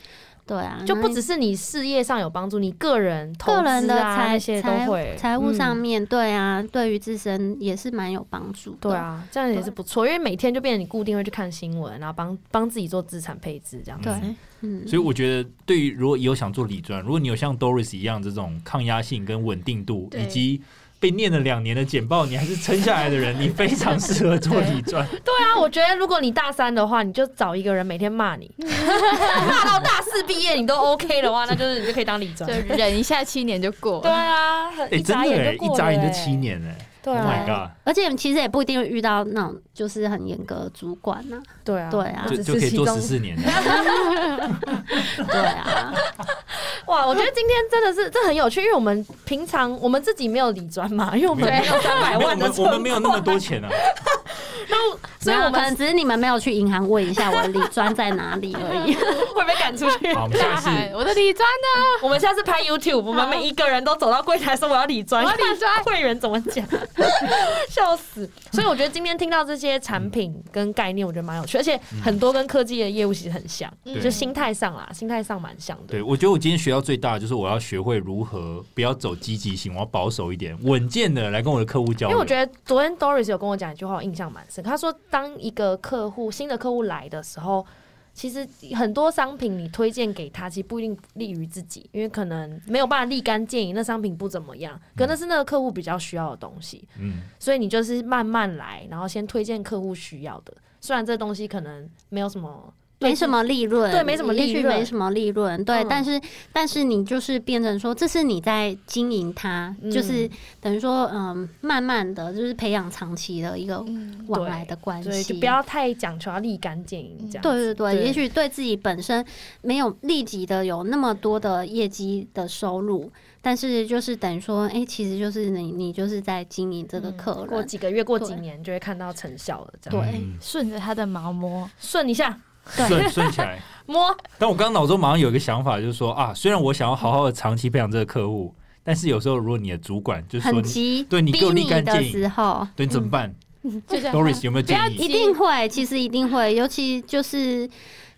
对啊，
就
那
不只是你事业上有帮助，你个人、投
个人
资
的
啊那
财
些
财
都会
财务上
嗯
面，对啊，对于自身也是蛮有帮助的。
对，啊，这样也是不错，因为每天就变成你固定会去看新闻，然后帮帮自己做资产配置这样子。
对，嗯，
所以我觉得，对于如果有想做理专，如果你有像 Doris 一样这种抗压性跟稳定度，
对
以及被念了两年的简报，你还是撑下来的人，你非常适合做理专。
对啊，我觉得如果你大三的话，你就找一个人每天骂你， 骂到大四毕业你都 OK 的话，那就是你
嗯
就可以当理专
就。忍一下，七年就过
对
了。
啊，
哎、
一
真
眨
的、
眼
欸，
就过
一
了
眨眼就
欸
七。年哎、
对
Oh my
啊，
god！
而且其实也不一定会遇到那种就是很严格的主管 呐、
对啊，
对啊
那
就
只
就可
是
以
其
做
中
十四年，
对啊，
哇，我觉得今天真的是这很有趣，因为我们平常我们自己没有理专嘛，因为我们没有三百
没有我
万的
们
存
我们没有那么
款，
多钱啊，
所以
没有
我
可能
们
只是你们没有去银行问一下我理专在哪里而已。
会被赶出去。
啊好，我 们下 次
哎我的理专呢？
我们下次拍 YouTube，我们每一个人都走到柜台说我要理专，
我要理专
看 会员怎么讲，笑死。所以我觉得今天听到这些产品跟概念，我觉得蛮有趣，而且很多跟科技的业务其实很像，
嗯
就心态上啦，心态上蛮像的。
对，我觉得我今天学到最大的就是我要学会如何不要走积极性，我要保守一点，稳健的来跟我的客户交
因
流。
为我觉得昨天 Doris 有跟我讲一句话，我印象蛮深。他说，当一个客户新的客户来的时候，其实很多商品你推荐给他，其实不一定利于自己，因为可能没有办法立竿见影，那商品不怎么样，可那是那个客户比较需要的东西，
嗯，
所以你就是慢慢来，然后先推荐客户需要的。虽然这东西可能没有什么，
没什么利润，
对没什么利润
也许没什么利润，对，
嗯
但是但是你就是变成说，这是你在经营它，
嗯
就是等于说，嗯，慢慢的就是培养长期的一个往来的关
嗯对，
系，
就不要太讲求要立竿见影这样子。
对对对，
对
也许对自己本身没有立即的有那么多的业绩的收入，但是就是等于说，哎、其实就是你你就是在经营这个客
嗯过
人，
几个月、过几
对
年就会看到成效了，这样
对
嗯
顺着他的毛摸，
顺一下
顺顺起来。
摸，
但我刚刚脑中马上有一个想法，就是说啊，虽然我想要好好的长期培养这个客户，但是有时候如果你的主管就是说
很
你，
急，
对你
逼
给我立竿
的
见影
时候，
对你怎么办
就
嗯
这样。
？Doris 有没有建
不要
议？
一定会，其实一定会，尤其就是，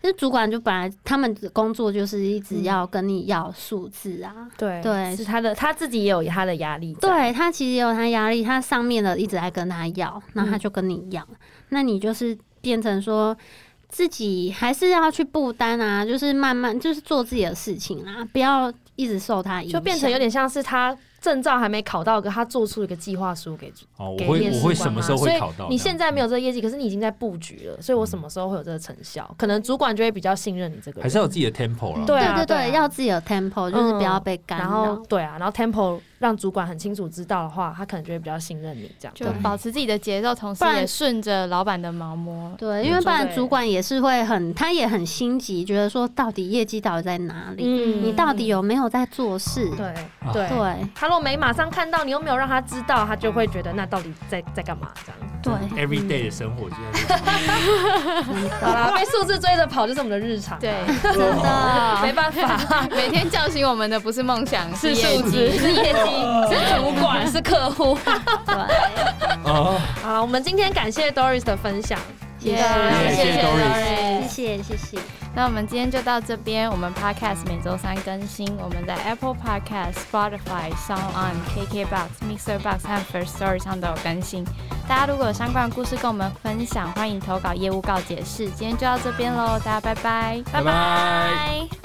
那主管就本来他们的工作就是一直要跟你要数字啊，
对
对
是他的他自己也有他的压力在。
对他其实也有他压力，他上面的一直在跟他要，那他就跟你要，
嗯
那你就是变成说。自己还是要去负担啊，就是慢慢就是做自己的事情啊，不要一直受他影响，
就变成有点像是他证照还没考到，可他做出一个计划书给
哦，我
给
会
面试
我会
官
什么
嘛
时
啊
候
所
会
以
考到？
你现在没有这个业绩，可是你已经在布局了，所以我什么时候会有这个成效？可能主管就会比较信任你这个
嗯还
人
是。要有自己的 tempo 啦。嗯
对
对
啊
对对，
啊嗯
要自己的 tempo，就是不要被干
然后
扰。
对啊，然后 tempo 让主管很清楚知道的话，他可能就会比较信任你这样。
就保持自己的节奏，同时
不然
也顺着老板的毛摸。
对，
没
因为不
错
然
对
主管也是会很，他也很心急，觉得说到底业绩到底在哪里？
嗯
你到底有没有在做事？
对
啊
对
对
他如果没马上看到，你又没有让他知道，他就会觉得那到底在在干嘛这样。
对，
Every day 的生活就 在这里
好啦，被数字追着跑就是我们的日常啊，
对，
真
没
的。
办法，
每天叫醒我们的不是梦想，
是
业
数
绩
字，是业绩，是主管，是客户。
对，
哦，
好，我们今天感谢 Doris 的分享，
耶
谢谢
Doris
谢谢谢谢，
那我们今天就到这边。我们 Podcast 每周三更新，我们在 Apple Podcast、Spotify、Sound On、KKBox、Mixer Box 和 First Story 上都有更新。大家如果有相关的故事跟我们分享，欢迎投稿业务告解室。今天就到这边喽，大家拜拜，
拜拜。
拜。